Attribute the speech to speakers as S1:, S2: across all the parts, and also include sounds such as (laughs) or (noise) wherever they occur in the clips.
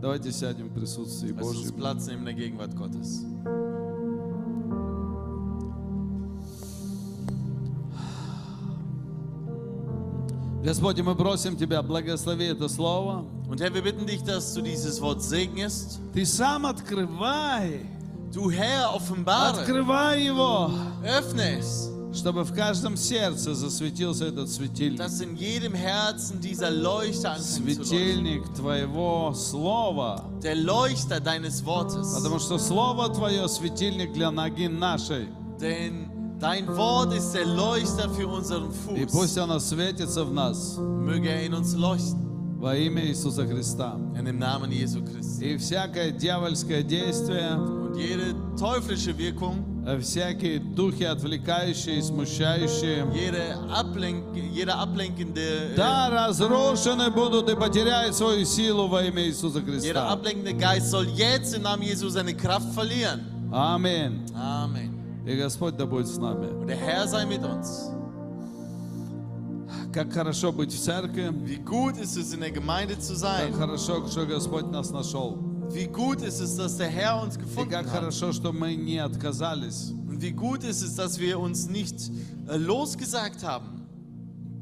S1: Давайте сядем в присутствии
S2: Lass uns
S1: Божьем.
S2: Platz nehmen in der Gegenwart Gottes.
S1: Господь, мы просим Тебя, благослови это слово.
S2: Und Herr, wir bitten dich, dass du dieses Wort segnest.
S1: Ты сам открывай,
S2: Du Herr, offenbare,
S1: открывай его,
S2: öffne es,
S1: чтобы в каждом сердце засветился этот светильник.
S2: dass in jedem Herzen dieser Leuchter anfängt zu leuchten.
S1: Светильник Твоего Слова.
S2: Der Leuchter deines Wortes.
S1: Потому что Слово Твое светильник для ноги нашей.
S2: Denn dein Wort ist der Leuchter für unseren
S1: И
S2: Fuß.
S1: пусть оно светится в нас
S2: Möge er in uns leuchten.
S1: во имя Иисуса Христа.
S2: In dem Namen Jesu Christi.
S1: И всякое дьявольское действие,
S2: Und jede teuflische Wirkung,
S1: э, всякие духи отвлекающие и смущающие,
S2: jede, Ablenk jede ablenkende, äh,
S1: да, разрушены будут и потеряют свою силу во имя Иисуса
S2: jeder
S1: Христа.
S2: ablenkende Geist soll jetzt im Namen Jesu seine Kraft verlieren.
S1: Аминь.
S2: Amen.
S1: И Господь да будет с нами.
S2: Und der Herr sei mit uns.
S1: Как хорошо быть в церкви,
S2: Wie gut ist es, in der Gemeinde zu
S1: как
S2: sein.
S1: хорошо, что Господь нас нашел.
S2: Wie gut ist es, dass der Herr uns
S1: И
S2: gefunden
S1: как
S2: hat.
S1: хорошо, что мы не отказались.
S2: Und wie gut ist es, dass wir uns nicht äh, losgesagt haben.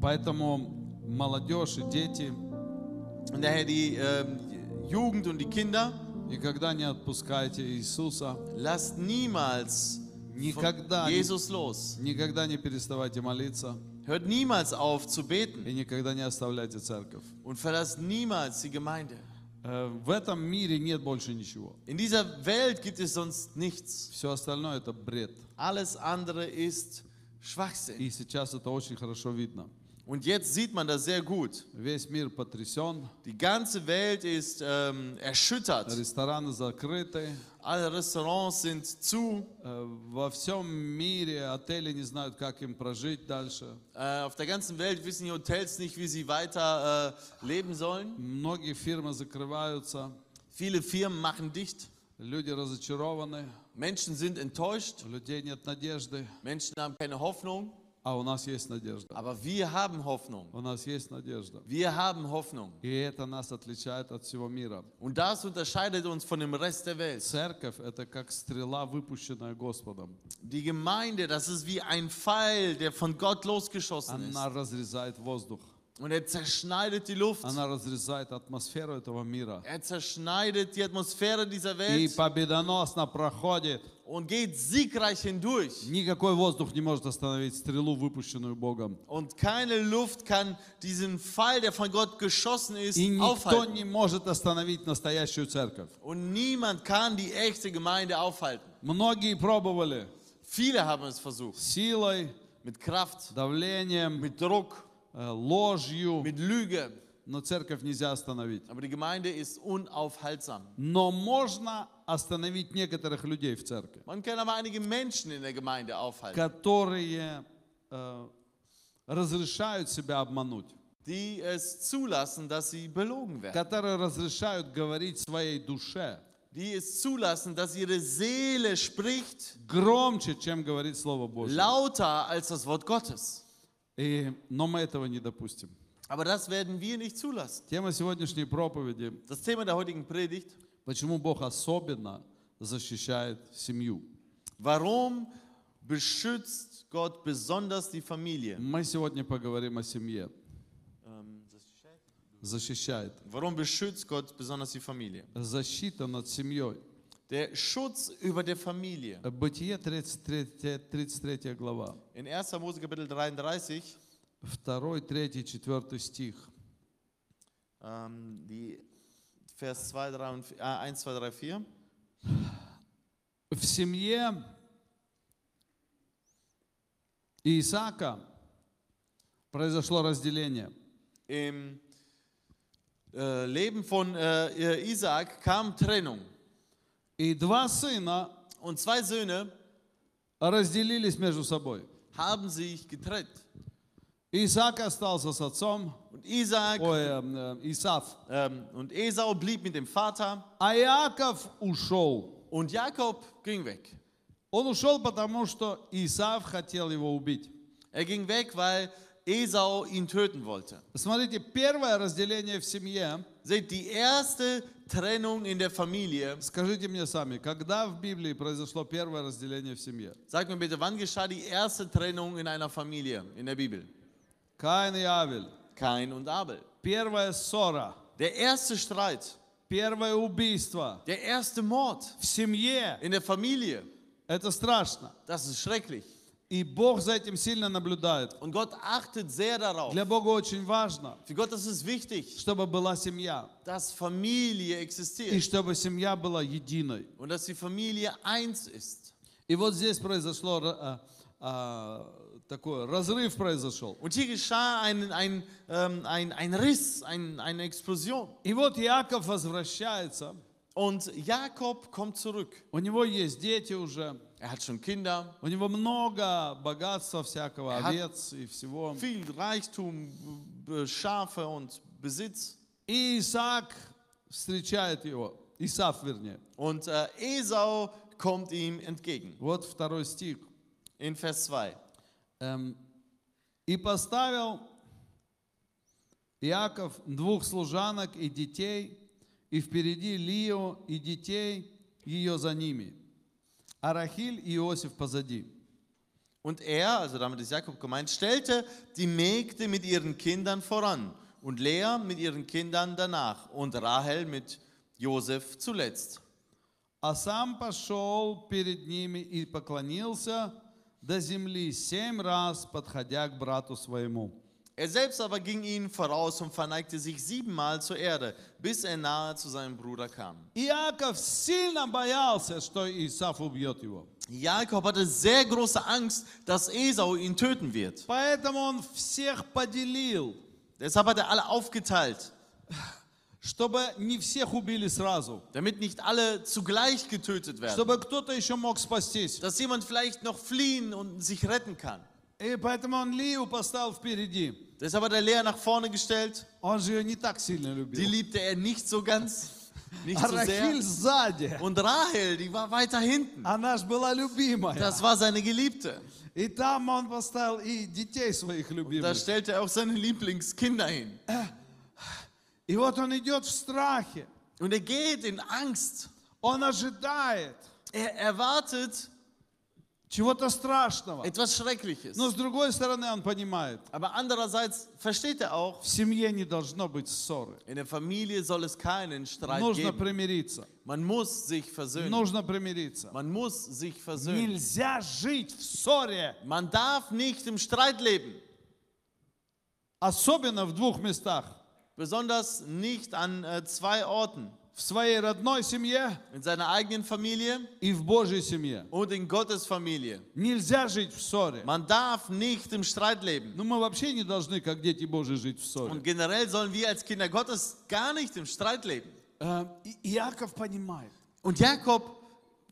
S1: Поэтому молодежь и дети
S2: Und daher die ähm, Jugend und die Kinder,
S1: никогда не отпускайте Иисуса,
S2: lasst niemals
S1: Никогда
S2: von
S1: не-
S2: Jesus los.
S1: никогда не переставайте молиться
S2: Hört niemals auf zu beten
S1: и никогда не оставляйте церковь.
S2: und verlasst niemals die Gemeinde.
S1: Э, В этом мире нет больше ничего.
S2: In dieser Welt gibt es sonst nichts.
S1: Все остальное это бред.
S2: Alles andere ist Schwachsinn.
S1: И сейчас это очень хорошо видно.
S2: Und jetzt sieht man das sehr gut.
S1: Весь мир потрясен,
S2: Die ganze Welt ist ähm, erschüttert.
S1: рестораны закрыты,
S2: Alle Restaurants sind zu.
S1: э, во всем мире отели не знают, как им прожить дальше.
S2: Äh, auf der ganzen Welt wissen die Hotels nicht, wie sie weiter äh, leben sollen.
S1: Многие фирмы закрываются,
S2: Viele Firmen machen dicht.
S1: люди разочарованы,
S2: Menschen sind enttäuscht,
S1: у людей нет надежды,
S2: Menschen haben keine Hoffnung,
S1: а у нас есть надежда.
S2: aber wir haben Hoffnung.
S1: У нас есть надежда.
S2: Wir haben Hoffnung.
S1: И это нас отличает от всего мира.
S2: Und das unterscheidet uns von dem Rest der Welt.
S1: Церковь – это как стрела, выпущенная Господом.
S2: Die Gemeinde, das ist wie ein Pfeil, der von Gott losgeschossen ist.
S1: Она разрезает воздух.
S2: Und er zerschneidet die Luft.
S1: Она разрезает атмосферу этого мира.
S2: Er zerschneidet die Atmosphäre dieser
S1: И
S2: Welt
S1: победоносно проходит.
S2: und geht siegreich hindurch.
S1: Никакой воздух не может остановить стрелу, выпущенную Богом.
S2: Und keine Luft kann diesen Pfeil, der von Gott geschossen ist,
S1: И никто
S2: aufhalten.
S1: не может остановить настоящую церковь.
S2: Und niemand kann die echte Gemeinde aufhalten.
S1: Многие пробовали
S2: Viele haben es versucht.
S1: силой,
S2: Mit Kraft,
S1: давлением,
S2: mit Druck,
S1: э, ложью,
S2: mit Lüge.
S1: но церковь нельзя остановить.
S2: Aber die Gemeinde ist unaufhaltsam.
S1: Но можно остановить некоторых людей в церкви,
S2: Man kann aber einige Menschen in der Gemeinde aufhalten,
S1: которые э, разрешают себя обмануть,
S2: die es zulassen, dass sie belogen werden.
S1: которые разрешают говорить своей душе
S2: Die es zulassen, dass ihre Seele spricht
S1: громче, чем говорит Слово Божье.
S2: lauter als das Wort Gottes.
S1: И, но мы этого не допустим.
S2: Aber das werden wir nicht zulassen.
S1: Тема сегодняшней проповеди
S2: Das Thema der heutigen Predigt,
S1: – почему Бог особенно защищает семью.
S2: warum beschützt Gott besonders die Familie?
S1: Мы сегодня поговорим о семье. Защищает.
S2: Warum beschützt Gott besonders die Familie?
S1: Защита над семьей.
S2: Der Schutz über der Familie.
S1: Бытие 33, 33 глава,
S2: In 1. Mose Kapitel 33,
S1: 2, 3, 4 стих.
S2: ähm, die Vers 2, 3 und, äh, 1, 2, 3, 4.
S1: В семье Исаака произошло разделение.
S2: Im äh, Leben von äh, Isaak kam Trennung.
S1: И два сына
S2: Und zwei Söhne
S1: разделились между собой.
S2: haben sich getrennt.
S1: Исаак остался с отцом,
S2: Und Isaak
S1: ой, эм, э, Исав.
S2: Ähm, und Esau blieb mit dem Vater
S1: А Иаков ушел.
S2: und Jakob ging weg.
S1: Он ушел, потому что Исав хотел его убить.
S2: Er ging weg, weil Esau ihn töten wollte.
S1: Смотрите, первое разделение в семье,
S2: Seht, die erste Trennung in der Familie.
S1: скажите мне сами, когда в Библии произошло первое разделение в семье?
S2: Sag mir bitte, wann geschah die erste Trennung in einer Familie in der Bibel?
S1: Каин и Авель,
S2: Kain und Abel.
S1: первая ссора,
S2: Der erste Streit,
S1: первое убийство
S2: der erste Mord
S1: в семье,
S2: in der Familie.
S1: это страшно.
S2: Das ist schrecklich.
S1: И Бог за этим сильно наблюдает.
S2: Und Gott achtet sehr darauf.
S1: Для Бога очень важно,
S2: Für Gott ist es wichtig,
S1: чтобы была семья,
S2: dass Familie
S1: и
S2: existiert
S1: чтобы семья была единой.
S2: und dass die Familie eins ist.
S1: И вот здесь произошло э, э, такое, разрыв произошел.
S2: Und hier geschah ein, ein, ähm, ein, ein Riss, ein, eine Explosion.
S1: И вот Иаков возвращается,
S2: Und Jakob kommt zurück.
S1: у него есть дети уже,
S2: Er hat schon Kinder,
S1: у него много богатства всякого,
S2: Er hat-
S1: овец и всего.
S2: viel Reichtum, äh, Schafe und Besitz.
S1: И Исаак встречает его, Исаф вернее.
S2: Und äh, Esau kommt ihm entgegen.
S1: Вот второй стих.
S2: In Vers 2.
S1: Эм, «И поставил Иаков двух служанок и детей, и впереди Лию и детей ее за ними, а Рахиль и Иосиф позади».
S2: Und er, also damit ist Jakob gemeint, stellte die Mägde mit ihren Kindern voran und Lea mit ihren Kindern danach und Rahel mit Josef zuletzt.
S1: А сам пошел перед ними и поклонился до земли семь раз, подходя к брату своему.
S2: Er selbst aber ging ihnen voraus und verneigte sich siebenmal zur Erde, bis er nahe zu seinem Bruder kam.
S1: Иаков сильно боялся, что Исаф убьет его.
S2: Jakob hatte sehr große Angst, dass Esau ihn töten wird.
S1: Поэтому он всех поделил,
S2: Deshalb hat er alle aufgeteilt,
S1: чтобы не всех убили сразу.
S2: damit nicht alle zugleich getötet werden.
S1: чтобы кто-то еще мог спастись.
S2: dass jemand vielleicht noch fliehen und sich retten kann.
S1: И поэтому он Лию поставил впереди.
S2: Deshalb hat er Lea nach vorne gestellt.
S1: Он же ее не так сильно
S2: Die
S1: любил.
S2: liebte er nicht so ganz, nicht
S1: А
S2: so
S1: Рахиль
S2: sehr.
S1: сзади.
S2: Und Rahel, die war weiter hinten.
S1: Она же была любимая.
S2: Das war seine Geliebte.
S1: И там он поставил и детей своих
S2: Da
S1: любимых.
S2: stellte er auch seine Lieblingskinder hin.
S1: И вот он идет в страхе.
S2: Und er geht in Angst.
S1: Он ожидает
S2: Er erwartet
S1: чего-то страшного.
S2: etwas Schreckliches.
S1: Но с другой стороны он понимает,
S2: Aber andererseits versteht er auch,
S1: в семье не должно быть ссоры.
S2: in der Familie soll es keinen Streit
S1: Нужно
S2: geben.
S1: примириться.
S2: Man muss sich versöhnen.
S1: Нужно примириться.
S2: Man muss sich versöhnen.
S1: Нельзя жить в ссоре.
S2: Man darf nicht im Streit leben.
S1: Особенно в двух местах.
S2: Besonders nicht an äh, zwei Orten.
S1: в своей родной семье
S2: In seiner eigenen Familie
S1: и в Божьей семье.
S2: und in Gottes Familie.
S1: Нельзя жить в ссоре.
S2: Man darf nicht im Streit leben.
S1: Ну, мы вообще не должны, как дети Божьи, жить в ссоре.
S2: Und generell sollen wir als Kinder Gottes gar nicht im Streit leben.
S1: Э, И- Иаков понимает,
S2: Und Jakob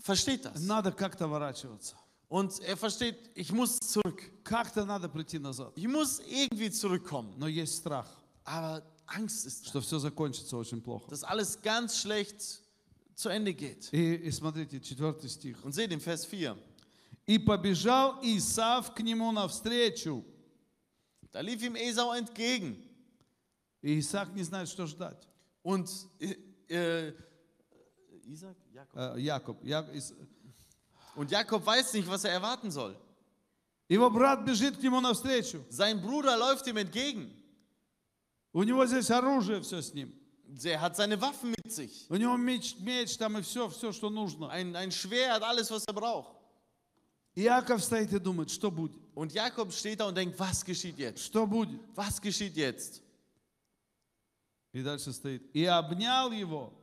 S2: versteht das.
S1: надо как-то ворачиваться.
S2: Und er versteht, ich muss zurück.
S1: Как-то надо прийти назад.
S2: Ich muss irgendwie zurückkommen.
S1: Но есть страх,
S2: Aber Angst ist, da,
S1: что все закончится очень плохо.
S2: dass alles ganz schlecht zu Ende geht.
S1: И, и смотрите, четвертый стих.
S2: Und seht im Vers 4.
S1: «И побежал Исав к нему навстречу».
S2: Da lief ihm Esau entgegen.
S1: И Исаак не знает, что ждать.
S2: Und äh, äh, Isaac, Jakob.
S1: Э, Яков. Я- Ис-
S2: Und Jakob weiß nicht, was er erwarten soll.
S1: Его брат бежит к нему навстречу.
S2: Sein Bruder läuft ihm entgegen.
S1: У него здесь оружие все с ним.
S2: Er hat seine Waffen mit sich.
S1: У него меч, меч там и все, все, что нужно.
S2: Ein, ein Schwert, alles, was er braucht.
S1: Иаков стоит и думает, что будет,
S2: Und Jakob steht da und denkt, was geschieht jetzt?
S1: что будет.
S2: Was geschieht jetzt?
S1: И дальше стоит. И обнял его,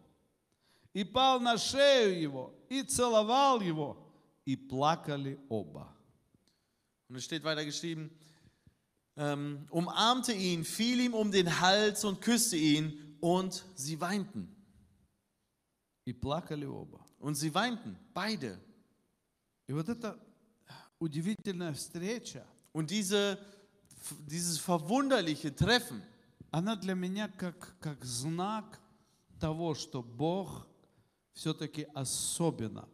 S1: и пал на шею его, и целовал его, и плакали оба.
S2: Und es steht weiter geschrieben, ähm, umarmte ihn, fiel ihm um den Hals und küsste ihn und sie weinten.
S1: И плакали оба.
S2: Und sie weinten, beide.
S1: И вот эта удивительная встреча,
S2: Und diese, f- dieses verwunderliche Treffen,
S1: она для меня как, как знак того, что Бог все-таки особенно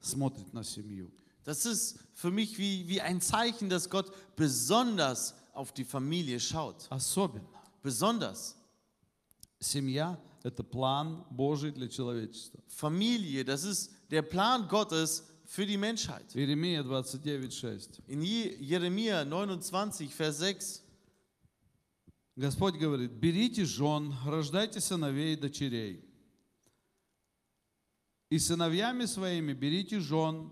S1: смотрит на семью.
S2: Das ist für mich wie, wie ein Zeichen, dass Gott besonders auf die Familie schaut.
S1: Особенно.
S2: Besonders
S1: Семья – это план Божий для человечества.
S2: Familie, das ist der Plan Gottes für die Menschheit.
S1: Иеремия 29,6.
S2: In Je- Jeremia 29, Vers 6,
S1: Господь говорит, берите жен, рождайте сыновей и дочерей. И сыновьями своими берите жен,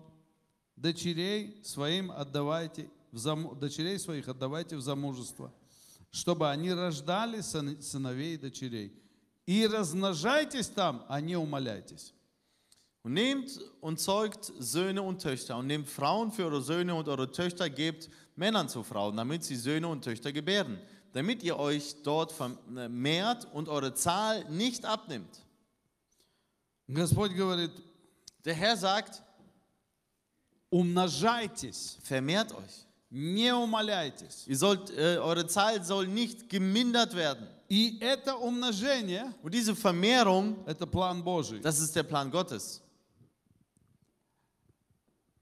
S1: дочерей своим отдавайте, в заму- дочерей своих отдавайте в замужество, чтобы они рождали сын- сыновей и дочерей. И размножайтесь там, а не умоляйтесь.
S2: Und nehmt und zeugt Söhne und Töchter und nehmt Frauen für eure Söhne und eure Töchter gebt Männern zu Frauen, damit sie Söhne und Töchter gebären, damit ihr euch dort vermehrt und eure Zahl nicht abnimmt.
S1: Господь говорит,
S2: Der Herr sagt,
S1: умножайтесь,
S2: vermehrt euch.
S1: не умоляйтесь.
S2: Ihr sollt, äh, eure Zahl soll nicht gemindert werden.
S1: И это умножение,
S2: Und diese Vermehrung,
S1: это план Божий.
S2: das ist der Plan Gottes.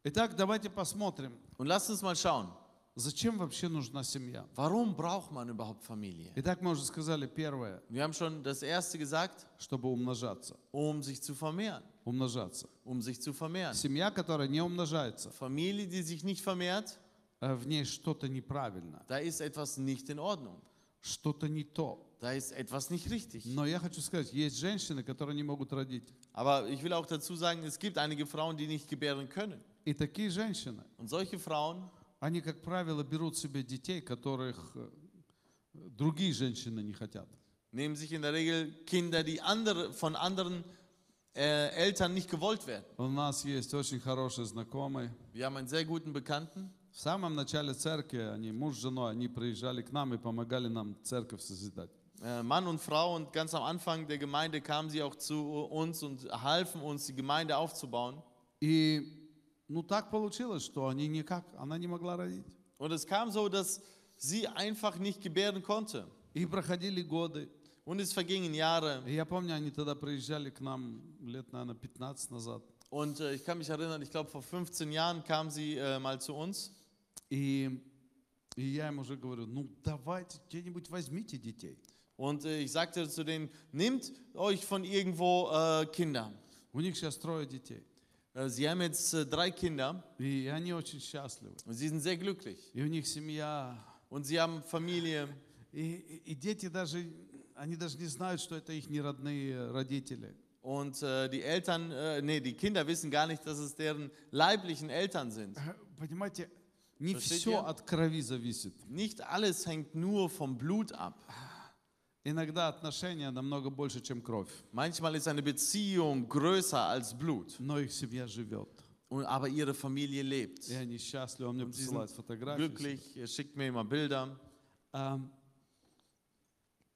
S1: Итак, давайте посмотрим,
S2: Und lasst uns mal schauen,
S1: Зачем вообще нужна семья?
S2: warum braucht man überhaupt Familie?
S1: Итак, мы уже сказали первое,
S2: Wir haben schon das Erste gesagt,
S1: чтобы умножаться.
S2: um sich zu vermehren.
S1: Umножаться.
S2: Um sich zu vermehren.
S1: Семья, которая не умножается,
S2: Familie, die sich nicht vermehrt,
S1: э, в ней что-то неправильно,
S2: da ist etwas nicht in Ordnung.
S1: что-то не то.
S2: Da ist etwas nicht richtig.
S1: Но я хочу сказать, есть женщины, которые не могут родить.
S2: Aber ich will auch dazu sagen, es gibt einige Frauen, die nicht gebären können.
S1: И такие женщины,
S2: Und solche Frauen,
S1: они, как правило, берут себе детей, которых э, другие женщины не хотят.
S2: nehmen sich in der Regel Kinder, die andere, von anderen äh, Eltern nicht gewollt werden.
S1: У нас есть очень хороший знакомый.
S2: Wir haben einen sehr guten Bekannten.
S1: В самом начале церкви они, муж с женой, они приезжали к нам и помогали нам церковь созидать.
S2: Äh, Mann und Frau und ganz am Anfang der Gemeinde kamen sie auch zu uns und halfen uns, die Gemeinde aufzubauen.
S1: И ну так получилось, что они никак, она не могла родить.
S2: Und es kam so, dass sie einfach nicht gebären konnte.
S1: И проходили годы.
S2: Und es vergingen Jahre.
S1: И я помню, они тогда приезжали к нам лет, наверное, 15 назад.
S2: Und äh, ich kann mich erinnern, ich glaube, vor 15 Jahren kam sie äh, mal zu uns.
S1: И, и я им уже говорю, ну давайте где-нибудь возьмите детей.
S2: Und äh, ich sagte zu denen, nehmt euch von irgendwo äh, Kinder.
S1: У них сейчас трое детей.
S2: Äh, sie haben jetzt äh, drei Kinder
S1: И они очень счастливы.
S2: und sie sind sehr glücklich.
S1: И у них семья.
S2: Und sie haben Familie.
S1: И, и- и дети даже, они даже не знают, что это их не родные родители.
S2: Und äh, die Eltern, äh, nee, die Kinder wissen gar nicht, dass es deren leiblichen Eltern sind.
S1: Э, Понимаете, не
S2: Слушайте.
S1: все от крови зависит.
S2: Nicht alles hängt nur vom Blut ab.
S1: Иногда отношения намного больше, чем кровь.
S2: Manchmal ist eine Beziehung größer als Blut.
S1: Но их семья живет.
S2: Und, aber ihre Familie lebt.
S1: И они счастливы. Он мне
S2: sie
S1: присылает фотографии.
S2: Glücklich, ihr schickt mir immer Bilder.
S1: Ам,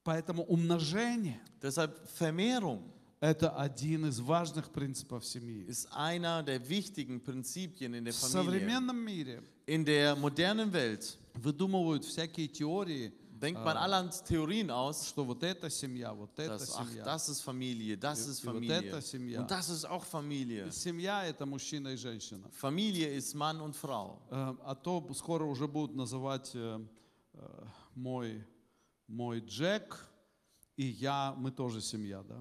S1: Поэтому умножение
S2: Deshalb Vermehrung.
S1: – это один из важных принципов семьи.
S2: ist einer der wichtigen Prinzipien in
S1: В
S2: der Familie.
S1: современном мире
S2: In der modernen Welt
S1: выдумывают всякие теории,
S2: denkt man allerhand Theorien aus,
S1: что вот эта семья, вот эта
S2: dass ach,
S1: семья.
S2: Ah. das ist Familie, das
S1: Ja,
S2: ist
S1: ja, aber
S2: Familie
S1: das ist im Jahr.
S2: und das ist auch Familie.
S1: Семья – это мужчина и женщина.
S2: Familie ist Mann und Frau.
S1: Э, А то скоро уже будут называть э, э, мой, мой Джек и я, мы тоже семья, да?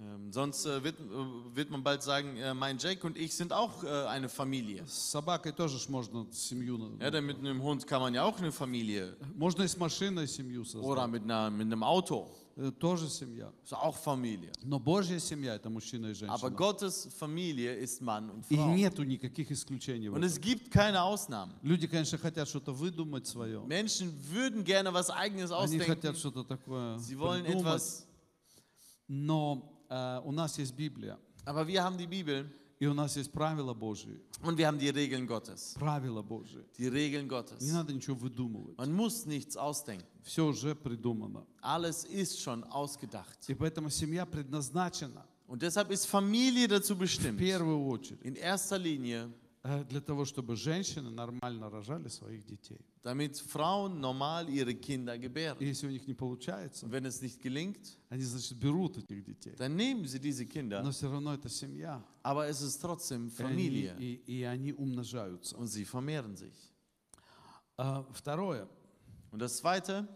S2: Ähm, sonst äh, wird, äh, wird man bald sagen, äh, mein Jack und ich sind auch äh, eine Familie.
S1: С собакой тоже ж можно семью. на-
S2: Ja, denn mit einem Hund kann man ja auch eine Familie
S1: Можно и с машиной семью создать.
S2: oder mit, einer, mit einem Auto.
S1: Э, Тоже семья.
S2: Ist auch Familie.
S1: Но Божья семья – это мужчина и
S2: Aber
S1: женщина.
S2: Gottes Familie ist Mann und
S1: И
S2: Frau.
S1: нету никаких исключений в
S2: Und
S1: этом.
S2: es gibt keine Ausnahmen.
S1: Люди, конечно, хотят что-то выдумать свое.
S2: Menschen würden gerne was eigenes
S1: Они
S2: ausdenken.
S1: хотят что-то такое
S2: Sie wollen
S1: придумать.
S2: etwas,
S1: Но э, у нас есть Библия.
S2: aber wir haben die Bibel
S1: И у нас есть правила Божьи.
S2: und wir haben die Regeln Gottes.
S1: Правила Божьи.
S2: Die Regeln
S1: Не
S2: Gottes.
S1: надо ничего выдумывать.
S2: Man muss nichts ausdenken.
S1: Все уже придумано.
S2: Alles ist schon ausgedacht.
S1: И поэтому семья предназначена
S2: Und deshalb ist Familie dazu
S1: в
S2: bestimmt,
S1: первую очередь
S2: in erster Linie,
S1: э, для того, чтобы женщины нормально рожали своих детей.
S2: damit Frauen normal ihre Kinder
S1: И
S2: gebären.
S1: если у них не получается,
S2: Und wenn es nicht gelingt,
S1: они, значит, берут этих детей.
S2: dann nehmen sie diese Kinder.
S1: Но все равно это семья.
S2: Aber es ist trotzdem
S1: И они,
S2: Familie
S1: и- и они умножаются.
S2: und sie vermehren sich.
S1: А, второе.
S2: Und das Zweite,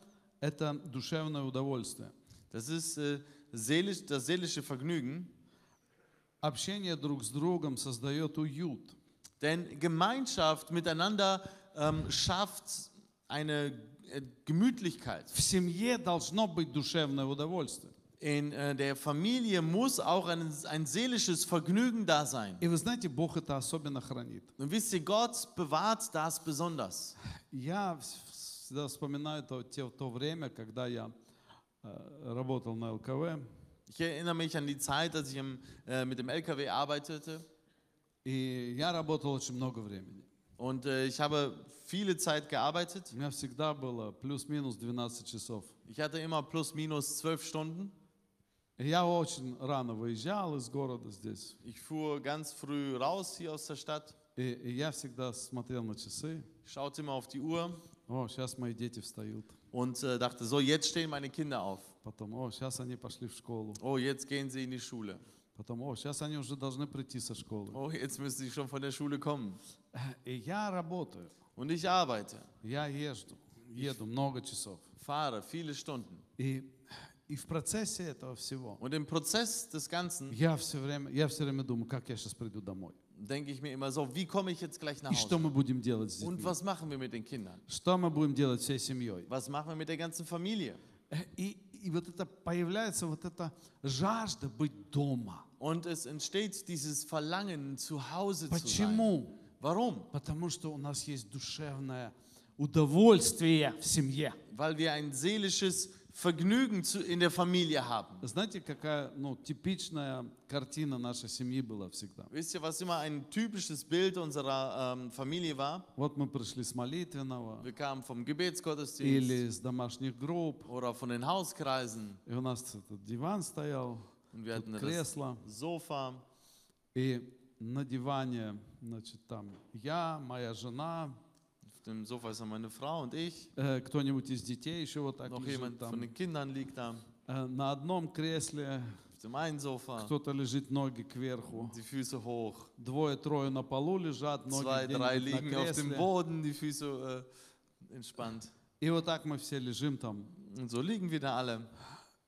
S1: Это душевное удовольствие.
S2: das ist äh, seelisch, das seelische Vergnügen.
S1: Общение друг с другом создает уют.
S2: Denn Gemeinschaft miteinander ähm, schafft eine äh, Gemütlichkeit.
S1: В семье должно быть душевное удовольствие.
S2: In äh, der Familie muss auch ein, ein seelisches Vergnügen da sein.
S1: И вы знаете, Бог это особенно хранит.
S2: Und wisst ihr, Gott bewahrt das besonders.
S1: Я вс- всегда вспоминаю то, те- то время, когда я э, работал на ЛКВ,
S2: Ich erinnere mich an die Zeit, als ich im, äh, mit dem LKW arbeitete.
S1: и я работал очень много времени.
S2: Und äh, ich habe viele Zeit gearbeitet.
S1: У меня всегда было плюс-минус 12 часов.
S2: Ich hatte immer plus minus zwölf Stunden.
S1: И я очень рано выезжал из города здесь.
S2: Ich fuhr ganz früh raus hier aus der Stadt,
S1: И, и я всегда смотрел на часы.
S2: schaute immer auf die Uhr
S1: О, сейчас мои дети встают.
S2: und äh, dachte, so, jetzt stehen meine Kinder auf.
S1: Потом, о, сейчас они пошли в школу.
S2: Oh, jetzt gehen sie in die Schule.
S1: Потом, о, сейчас они уже должны прийти со школы.
S2: Oh, jetzt müssen sie schon von der Schule kommen.
S1: И я работаю.
S2: Und ich arbeite,
S1: Я езжу. Еду много часов.
S2: fahre viele Stunden.
S1: И, и в процессе этого всего
S2: Und im Prozess des Ganzen
S1: я все время, я все время думаю, как я сейчас приду домой.
S2: denke ich mir immer so, wie komme ich jetzt gleich nach
S1: И что
S2: Hause?
S1: мы будем делать с
S2: Und
S1: детьми?
S2: was machen wir mit den Kindern?
S1: Что мы будем делать всей семьей?
S2: Was machen wir mit der ganzen Familie?
S1: И, и вот это появляется вот эта жажда быть дома.
S2: Und es entsteht dieses Verlangen, zu Hause zu sein.
S1: Почему?
S2: Warum?
S1: Потому что у нас есть душевное удовольствие в семье.
S2: Weil wir ein seelisches Vergnügen zu, in der Familie haben.
S1: Знаете, какая ну, типичная картина нашей семьи была всегда?
S2: Wisst ihr, was immer ein typisches Bild unserer ähm, Familie war?
S1: Вот мы пришли с молитвенного
S2: Wir kamen vom Gebetsgottesdienst
S1: или с домашних групп,
S2: oder von den Hauskreisen
S1: и у нас этот диван стоял,
S2: und wir hatten
S1: тут
S2: das
S1: кресло,
S2: Sofa.
S1: и на диване, значит, там я, моя жена,
S2: Auf dem Sofa ist dann meine Frau und ich.
S1: э, кто-нибудь из детей еще вот так
S2: Noch
S1: лежит
S2: jemand
S1: там.
S2: von den Kindern liegt da.
S1: Э, На одном кресле
S2: Auf dem einen Sofa,
S1: кто-то лежит ноги кверху,
S2: die Füße hoch.
S1: двое-трое на полу лежат, ноги
S2: Zwei, drei
S1: где-нибудь
S2: liegen auf
S1: на
S2: dem
S1: кресле.
S2: Boden, die Füße äh, entspannt.
S1: И вот так мы все лежим там
S2: Und so liegen wir da alle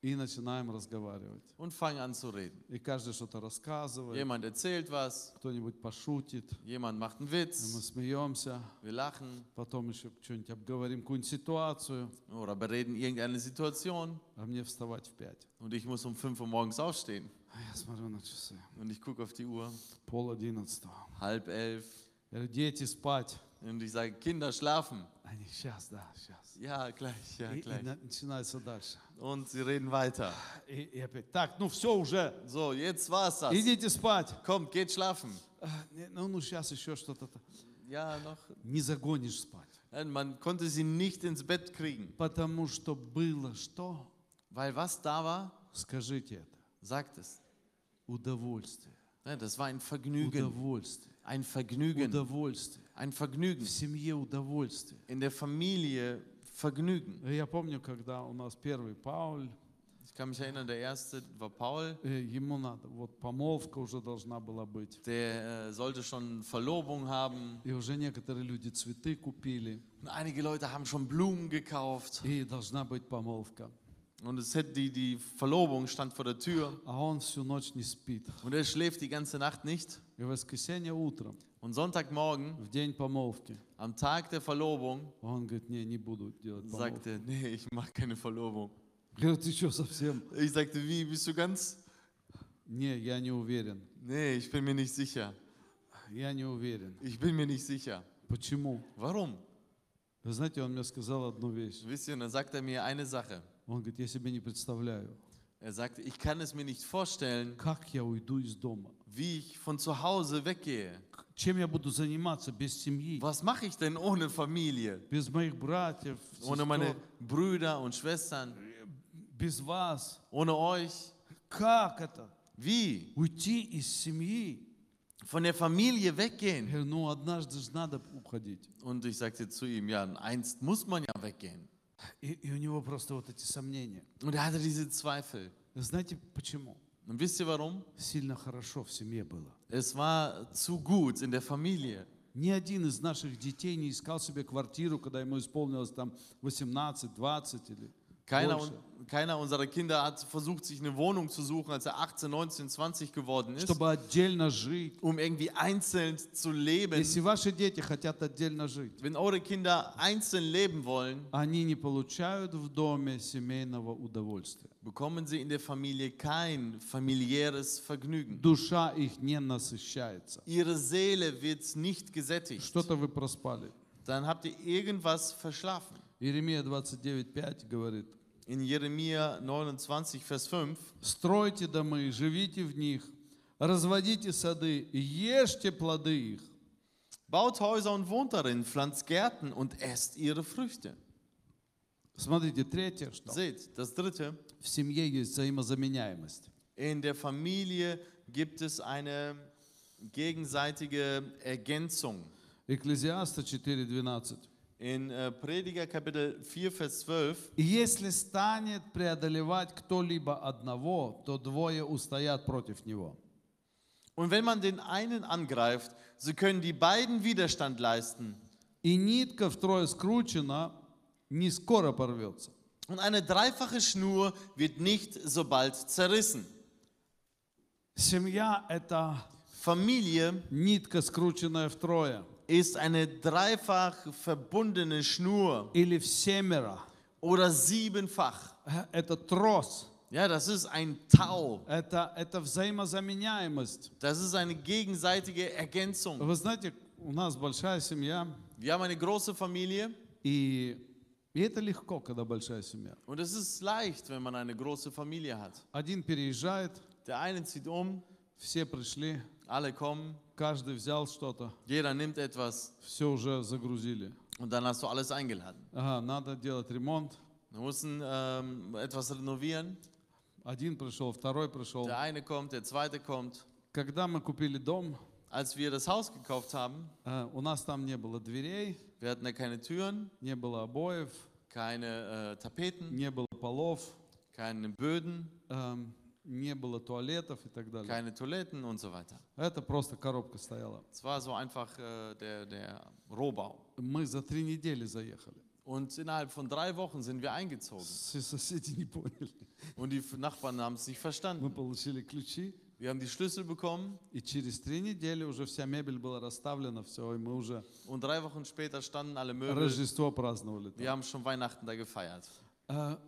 S1: и начинаем разговаривать.
S2: und fangen an zu reden.
S1: И каждый что-то рассказывает,
S2: Jemand erzählt was,
S1: кто-нибудь пошутит,
S2: jemand macht einen
S1: и мы
S2: Witz,
S1: смеемся,
S2: wir lachen
S1: потом еще что-нибудь обговорим, какую-нибудь ситуацию,
S2: oder bereden irgendeine Situation.
S1: а мне вставать в пять.
S2: Und ich muss um 5 Uhr morgens aufstehen.
S1: А я смотрю на часы,
S2: Und ich gucke auf die Uhr,
S1: пол одиннадцатого.
S2: halb elf.
S1: Я говорю, дети, спать.
S2: Und ich sage, Kinder schlafen.
S1: Они сейчас, да, сейчас.
S2: Ja, gleich, ja,
S1: И, и
S2: gleich.
S1: на- начинается дальше.
S2: Und sie reden weiter.
S1: И, и опять, так, ну все уже,
S2: So, jetzt war's das.
S1: идите спать.
S2: Kommt, geht schlafen.
S1: А, не, Ну, ну сейчас еще что-то. та-
S2: Ja, noch.
S1: Не загонишь спать.
S2: Nein, man konnte sie nicht ins Bett kriegen.
S1: Потому что было что?
S2: Weil was da war,
S1: Скажите это.
S2: sagt es.
S1: Удовольствие.
S2: Nein, das war ein Vergnügen.
S1: Удовольствие.
S2: Ein Vergnügen.
S1: Удовольствие.
S2: Ein Vergnügen.
S1: В семье удовольствие.
S2: In der Familie Vergnügen.
S1: Я помню, когда у нас первый Пауль,
S2: Ich kann mich erinnern, der erste war Paul.
S1: э, ему надо, вот помолвка уже должна была быть.
S2: Der äh, sollte schon Verlobung haben.
S1: И уже некоторые люди цветы купили,
S2: Und einige Leute haben schon Blumen gekauft.
S1: и должна быть помолвка.
S2: Und es hätte die, die Verlobung stand vor der Tür.
S1: А он всю ночь не спит.
S2: Und er schläft die ganze Nacht nicht.
S1: И в воскресенье утром,
S2: Und Sonntagmorgen,
S1: в день помолвки,
S2: am Tag der Verlobung,
S1: он говорит, не, не буду делать помолвку.
S2: sagte er, nee, ich mache keine Verlobung.
S1: Говорю, ты что совсем?
S2: Ich sagte, wie, bist du ganz?
S1: Не, я не уверен.
S2: Nee, ich bin mir nicht sicher.
S1: Я не уверен.
S2: Ich bin mir nicht sicher.
S1: Почему?
S2: Warum?
S1: Вы знаете, он мне сказал одну вещь.
S2: Wisst ihr, und dann sagt er mir eine Sache.
S1: Он говорит, я себе не представляю,
S2: Er sagte, ich kann es mir nicht vorstellen,
S1: как я уйду из дома.
S2: wie ich von zu Hause weggehe.
S1: К- Чем я буду заниматься без семьи,
S2: Was mache ich denn ohne Familie?
S1: без моих братьев,
S2: Ohne
S1: сестер,
S2: meine Brüder und Schwestern?
S1: без вас?
S2: Ohne euch?
S1: Как это?
S2: Wie?
S1: Уйти из семьи?
S2: von der Familie
S1: Я
S2: weggehen.
S1: говорю, ну однажды же надо уходить.
S2: Und ich sagte zu ihm, ja, einst muss man ja weggehen.
S1: И, и у него просто вот эти сомнения.
S2: Und er hatte diese Zweifel.
S1: Знаете почему?
S2: Und wisst ihr warum?
S1: Сильно хорошо в семье было.
S2: Es war zu gut in der Familie.
S1: Ни один из наших детей не искал себе квартиру, когда ему исполнилось там 18, 20 или
S2: Keiner,
S1: больше,
S2: un- keiner unserer Kinder hat versucht, sich eine Wohnung zu suchen, als er 18, 19, 20 geworden ist,
S1: чтобы отдельно жить.
S2: um irgendwie einzeln zu leben.
S1: Если ваши дети хотят отдельно жить,
S2: Wenn eure Kinder einzeln leben wollen,
S1: они не получают в доме семейного удовольствия.
S2: bekommen sie in der Familie kein familiäres Vergnügen.
S1: Душа их не насыщается.
S2: Ihre Seele wird nicht gesättigt.
S1: Что-то вы проспали.
S2: Dann habt ihr irgendwas verschlafen.
S1: Иеремия 29.5 говорит,
S2: In Jeremia 29, Vers 5.
S1: «Стройте домы, живите в них, разводите сады, и ешьте плоды их».
S2: Baut Häuser und wohnt darin, pflanzt Gärten und esst ihre Früchte.
S1: Смотрите, третье, что
S2: Seht, das dritte.
S1: в семье есть взаимозаменяемость.
S2: In der Familie gibt es eine gegenseitige Ergänzung.
S1: Экклезиаста 4.12.
S2: In äh, Prediger Kapitel 4, Vers 12.
S1: «И если станет преодолевать кто-либо одного, то двое устоят против него».
S2: Und wenn man den einen angreift, so können die beiden Widerstand leisten.
S1: И нитка втрое скручена, не скоро порвется.
S2: Und eine dreifache Schnur wird nicht so bald zerrissen.
S1: Семья – это
S2: Familie
S1: нитка, скрученная втрое
S2: ist eine dreifach verbundene Schnur
S1: или в семеро.
S2: oder siebenfach.
S1: Э, Это трос,
S2: Ja, das ist ein Tau.
S1: это, это взаимозаменяемость.
S2: Das ist eine gegenseitige Ergänzung.
S1: Вы знаете, у нас большая семья,
S2: Wir haben eine große Familie
S1: и, и это легко, когда большая семья.
S2: und es ist leicht, wenn man eine große Familie hat.
S1: Один переезжает,
S2: Der eine zieht um,
S1: все пришли,
S2: alle kommen,
S1: каждый взял что-то,
S2: jeder nimmt etwas
S1: все уже загрузили.
S2: und dann hast du alles eingeladen.
S1: Ага, надо делать ремонт.
S2: Wir mussten ähm, etwas renovieren.
S1: Один пришел, второй пришел.
S2: Der eine kommt, der zweite kommt.
S1: Когда мы купили дом,
S2: Als wir das Haus gekauft haben,
S1: Э, У нас там не было дверей,
S2: wir hatten ja keine Türen,
S1: не было обоев,
S2: keine äh, Tapeten,
S1: не было полов,
S2: keine Böden,
S1: эм, не было туалетов и так далее.
S2: keine Toiletten und so weiter.
S1: Это просто коробка стояла.
S2: Es war so einfach äh, der, der Rohbau.
S1: Мы за три недели заехали.
S2: Und innerhalb von drei Wochen sind wir eingezogen.
S1: Все соседи не поняли.
S2: Und die Nachbarn haben es nicht
S1: Мы
S2: verstanden.
S1: получили ключи,
S2: Wir haben die Schlüssel bekommen
S1: и через три недели уже вся мебель была расставлена, все, и мы уже
S2: und drei Wochen später standen alle Möbel.
S1: Рождество праздновали.
S2: Wir haben schon Weihnachten da gefeiert.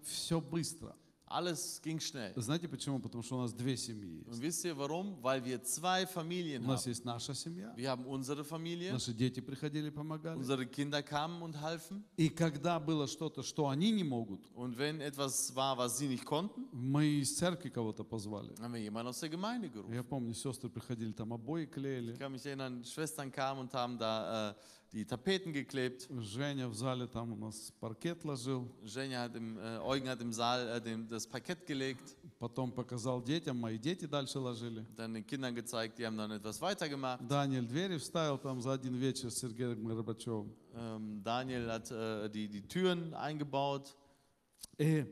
S1: все быстро.
S2: Alles ging schnell.
S1: Знаете почему? Потому что у нас две семьи есть.
S2: Und wisst ihr warum? Weil wir zwei
S1: У
S2: Familien
S1: нас
S2: haben.
S1: есть наша семья,
S2: Wir haben unsere Familie,
S1: наши дети приходили, помогали.
S2: unsere Kinder kamen und halfen.
S1: И когда было что-то, что они не могут,
S2: Und wenn etwas war, was sie nicht konnten,
S1: Мы из церкви кого-то позвали.
S2: haben wir jemanden aus der Gemeinde gerufen.
S1: Я помню, сестры приходили, там обои
S2: Ich
S1: клеили.
S2: kann mich erinnern, Schwestern kamen und haben da äh, die Tapeten geklebt.
S1: Женя в зале там у нас паркет ложил.
S2: Jenja hat im, äh, Eugen hat im Saal äh, dem, das Parkett gelegt,
S1: Потом показал детям, мои дети дальше ложили.
S2: dann den Kindern gezeigt, die haben dann etwas weitergemacht.
S1: Даниэль двери вставил там за один вечер с Сергеем Горбачевым.
S2: Ähm, Daniel hat äh, die, die Türen eingebaut.
S1: И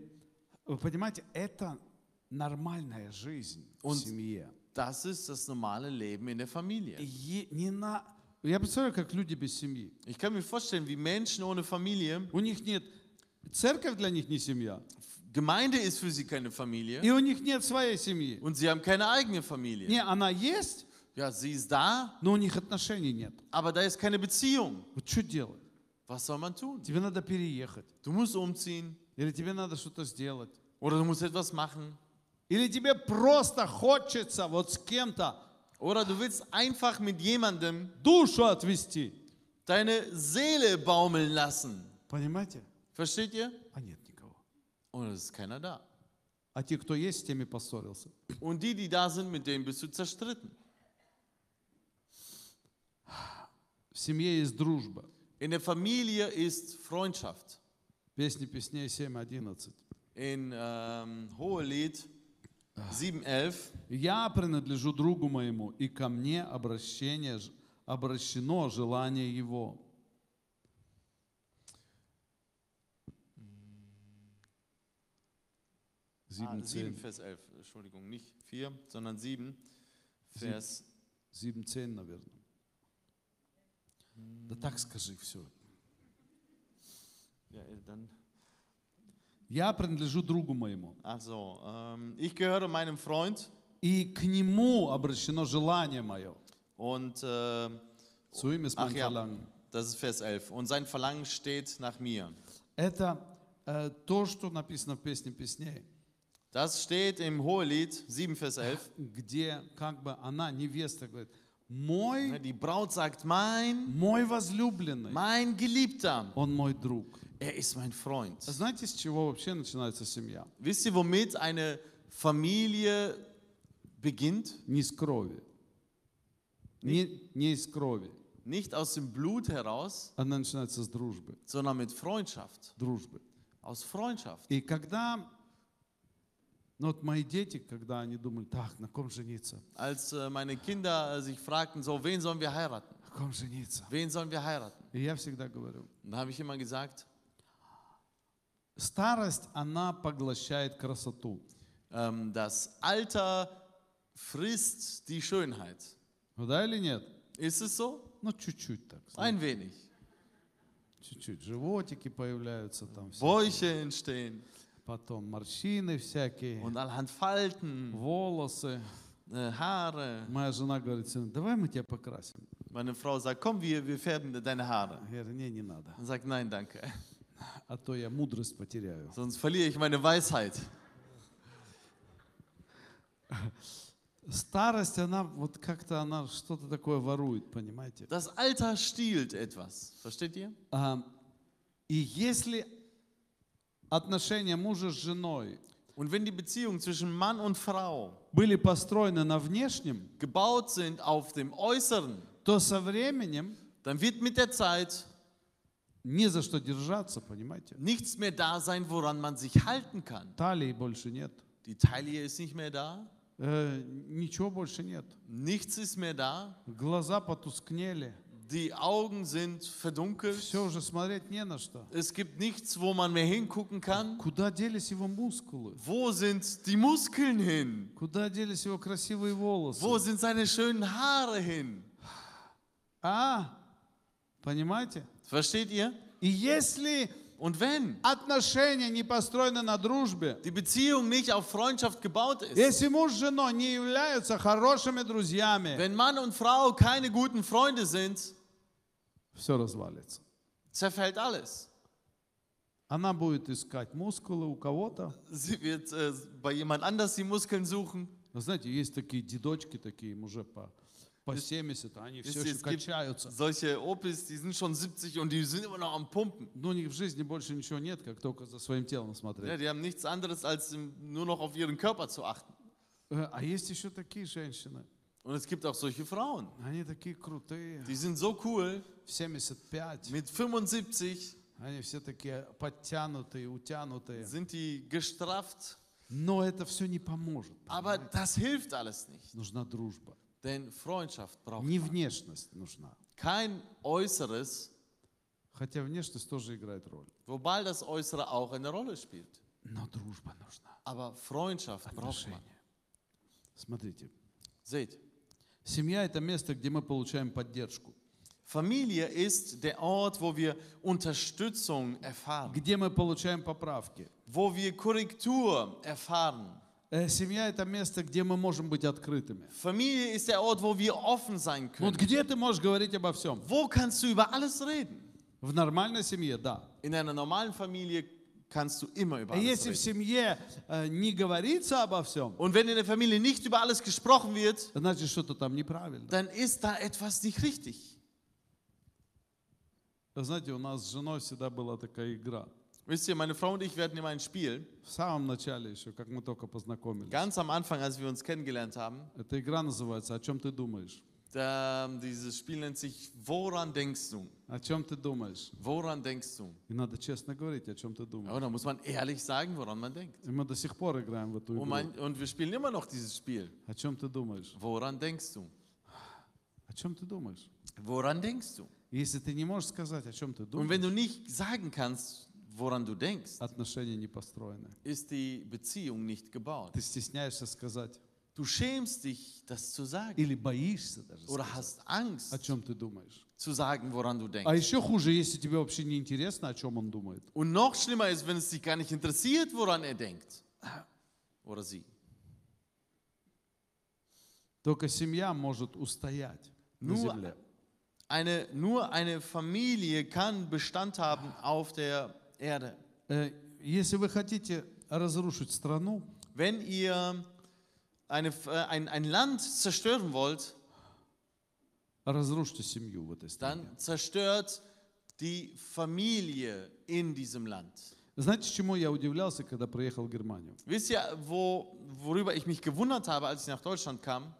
S1: вы понимаете, это нормальная жизнь в
S2: Он-
S1: семье.
S2: Das ist das normale Leben in der Familie.
S1: Е- не на... Я представляю, как люди без семьи.
S2: Ich kann mir vorstellen, wie Menschen ohne Familie,
S1: У них нет... Церковь для них не семья.
S2: Gemeinde ist für sie keine Familie
S1: И у них нет своей семьи.
S2: und sie haben keine eigene Familie.
S1: Не, она есть,
S2: Ja, sie ist da,
S1: но у них отношений нет.
S2: aber da ist keine Beziehung.
S1: Вот что делать?
S2: Was soll man tun?
S1: Тебе надо переехать.
S2: Du musst umziehen
S1: Или тебе надо что-то сделать.
S2: oder du musst etwas machen
S1: Или тебе просто хочется вот с кем-то
S2: oder du willst einfach mit jemandem
S1: душу отвести.
S2: deine Seele baumeln lassen.
S1: Понимаете?
S2: Versteht ihr?
S1: А нет никого.
S2: Und es ist keiner da.
S1: А те, кто есть, с теми поссорился.
S2: Und die, die da sind, mit denen bist du zerstritten.
S1: В семье есть дружба.
S2: In der Familie ist Freundschaft.
S1: Песни песней 7.11.
S2: In ähm, Hohelied 7.11
S1: «Я принадлежу другу моему, и ко мне обращение, ж- обращено желание его».
S2: ah, 7,
S1: 7.10.
S2: Vers 11, Entschuldigung, nicht 4, sondern 7, Vers
S1: Sieben, zehn, наверное. Да так скажи все.
S2: Ja, äh, dann.
S1: Я принадлежу другу моему.
S2: Also, ähm, ich gehöre meinem Freund
S1: И к нему обращено желание мое.
S2: und äh,
S1: Zu ihm ist
S2: Ach
S1: mein
S2: ja.
S1: Verlangen.
S2: das ist Vers 11. Und sein Verlangen steht nach mir.
S1: Это э, то, что написано в песне песней,
S2: Das steht im Hohelied 7, Vers 11.
S1: где как бы она, невеста, говорит, мой,
S2: Die Braut sagt, mein,
S1: мой возлюбленный,
S2: mein Geliebter,
S1: он мой друг.
S2: er ist mein Freund.
S1: Знаете, с чего вообще начинается семья?
S2: Wisst ihr, womit eine Familie beginnt?
S1: Не с крови. Не, не из крови.
S2: Nicht aus dem Blut heraus,
S1: Она начинается с дружбы.
S2: sondern mit Freundschaft.
S1: Дружбы.
S2: Aus Freundschaft.
S1: И когда, ну вот мои дети, когда они думали, так, на ком жениться,
S2: Als äh, meine Kinder äh, sich fragten, so, wen sollen wir heiraten?
S1: на ком жениться.
S2: Wen sollen wir heiraten?
S1: И я всегда говорю,
S2: Und da habe ich immer gesagt,
S1: старость, она поглощает красоту.
S2: ähm, das Alter frisst die Schönheit.
S1: Ну да или нет?
S2: Ist es so?
S1: Ну чуть-чуть так,
S2: Ein wenig.
S1: чуть-чуть. Животики появляются там, все.
S2: Bäuche entstehen
S1: потом морщины всякие,
S2: und allerhand Falten,
S1: волосы.
S2: äh, Haare.
S1: Моя жена говорит, сын, давай мы тебя покрасим.
S2: Meine Frau sagt, komm, wir, wir färben deine Haare.
S1: Я говорю, не, не надо,
S2: Und sagt, nein, danke.
S1: а то я мудрость потеряю.
S2: Sonst verliere ich meine Weisheit.
S1: Старость, она вот как-то, она что-то такое ворует, понимаете?
S2: Das Alter stiehlt etwas. Versteht ihr?
S1: А, И если отношения мужа с женой
S2: Und wenn die Beziehungen zwischen Mann und Frau
S1: были построены на внешнем,
S2: gebaut sind auf dem Äußeren,
S1: то со временем
S2: dann wird mit der Zeit
S1: не за что держаться, понимаете?
S2: nichts mehr da sein, woran man sich halten kann.
S1: Талии больше нет,
S2: Die Taille ist nicht mehr da,
S1: э, ничего больше нет.
S2: nichts ist mehr da,
S1: Глаза потускнели,
S2: die Augen sind verdunkelt,
S1: все уже смотреть не на что.
S2: es gibt nichts, wo man mehr hingucken kann.
S1: Куда делись его мускулы?
S2: Wo sind die Muskeln hin?
S1: Куда делись его красивые
S2: Wo
S1: волосы?
S2: sind seine schönen Haare hin?
S1: А, понимаете?
S2: Versteht ihr?
S1: И если
S2: Und wenn
S1: отношения не построены на дружбе,
S2: die Beziehung nicht auf Freundschaft gebaut ist,
S1: Если муж с женой не являются хорошими друзьями,
S2: Wenn Mann und Frau keine guten Freunde sind,
S1: все развалится.
S2: zerfällt alles.
S1: Она будет искать мускулы у кого-то.
S2: Sie wird äh, bei jemand anders die Muskeln suchen.
S1: Вы знаете, есть такие дедочки, такие им уже по, по 70, они все еще
S2: es gibt
S1: качаются.
S2: solche Opis, die sind schon 70 und die sind immer noch am Pumpen.
S1: Но Ну, у них в жизни больше ничего нет, как только за своим телом
S2: Ja,
S1: смотреть.
S2: die haben nichts anderes, als im- nur noch auf ihren Körper zu achten.
S1: Э, А есть еще такие женщины.
S2: Und es gibt auch solche Frauen.
S1: Они такие крутые.
S2: Die sind so cool,
S1: В 75.
S2: mit 75
S1: Они все такие подтянутые, утянутые.
S2: sind die gestrafft.
S1: Но это все не поможет.
S2: Aber das hilft alles nicht.
S1: Нужна дружба.
S2: Denn Freundschaft braucht
S1: Не внешность нужна.
S2: kein Äußeres,
S1: Хотя внешность тоже играет роль.
S2: wobei das Äußere auch eine Rolle spielt.
S1: Но дружба нужна.
S2: Aber Freundschaft braucht man.
S1: Отношения. Смотрите,
S2: Seht,
S1: семья – это место, где мы получаем поддержку,
S2: Familie ist der Ort, wo wir Unterstützung erfahren,
S1: где мы получаем поправки.
S2: wo wir Korrektur erfahren.
S1: Э, Семья – это место, где мы можем быть открытыми.
S2: Familie ist der Ort, wo wir offen sein
S1: Вот
S2: können.
S1: где ты можешь говорить обо всем?
S2: Wo kannst du über alles reden?
S1: В нормальной семье – да.
S2: In einer normalen Familie kannst du immer über
S1: А
S2: alles
S1: если в
S2: reden.
S1: семье э, не говорится обо всем,
S2: Und wenn in der Familie nicht über alles gesprochen wird,
S1: значит, что-то там неправильно.
S2: dann ist da etwas nicht richtig.
S1: Вы Знаете, у нас с женой всегда была такая игра.
S2: Wisst ihr, meine Frau und ich, wir hatten immer ein Spiel,
S1: В самом начале еще, как мы только познакомились.
S2: ganz am Anfang, als wir uns kennengelernt haben.
S1: Эта игра называется «О чем ты думаешь?»
S2: Da, dieses Spiel nennt sich Woran denkst du?
S1: О чем ты думаешь?
S2: Woran denkst du?
S1: И надо честно говорить, о чем ты думаешь.
S2: Ja, und da muss man ehrlich sagen, woran man denkt.
S1: И мы до сих пор играем в эту игру.
S2: Und, mein, und wir spielen immer noch dieses Spiel.
S1: О чем ты думаешь?
S2: Woran denkst du?
S1: О чем ты думаешь?
S2: Woran denkst du?
S1: Если ты не можешь сказать, о чем ты
S2: Und
S1: думаешь,
S2: wenn du nicht sagen kannst, woran du denkst,
S1: отношения не построены.
S2: ist die Beziehung nicht gebaut.
S1: Ты стесняешься сказать.
S2: Du schämst dich, das zu sagen.
S1: Или боишься даже
S2: Oder
S1: сказать,
S2: hast Angst
S1: о чем ты думаешь.
S2: zu sagen, woran du
S1: А
S2: denkst.
S1: еще хуже, если тебе вообще не интересно, о чем он думает.
S2: Und noch schlimmer ist, wenn es dich gar nicht interessiert, woran er denkt. Oder sie.
S1: Только семья может устоять на
S2: Ну,
S1: земле.
S2: Eine, nur eine Familie kann Bestand haben auf der Erde.
S1: Э, Если вы хотите разрушить страну,
S2: Wenn ihr eine, äh, ein, ein Land zerstören wollt,
S1: разрушьте семью в этой стране.
S2: dann zerstört die Familie in diesem Land.
S1: Знаете, чему я удивлялся, когда приехал в Германию?
S2: Wisst ihr, wo, worüber ich mich gewundert habe, als ich nach Deutschland kam?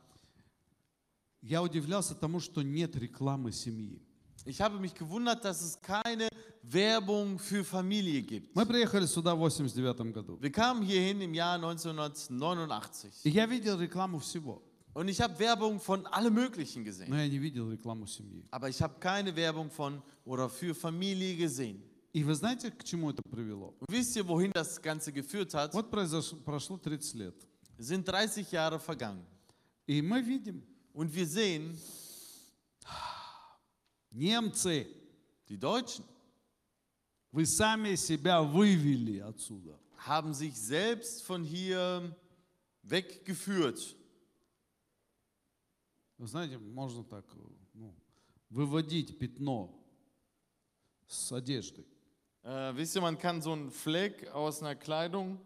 S1: Я удивлялся тому, что нет рекламы семьи.
S2: Ich habe mich gewundert, dass es keine Werbung für Familie gibt.
S1: Мы приехали сюда в 89 году.
S2: Wir kamen hierhin im Jahr 1989
S1: И я видел рекламу всего,
S2: und ich habe Werbung von allem Möglichen gesehen.
S1: но я не видел рекламу семьи.
S2: Aber ich habe keine Werbung von oder für Familie gesehen.
S1: И вы знаете, к чему это привело?
S2: Und wisst ihr, wohin das Ganze geführt hat?
S1: Вот произош- прошло 30 лет.
S2: Es sind 30 Jahre vergangen.
S1: И мы видим,
S2: Und wir sehen,
S1: немцы,
S2: die Deutschen
S1: вы сами себя вывели отсюда.
S2: haben sich selbst von hier weggeführt.
S1: Вы знаете, можно так ну, выводить пятно с одежды.
S2: Äh, wisst ihr, man kann so einen Fleck aus einer Kleidung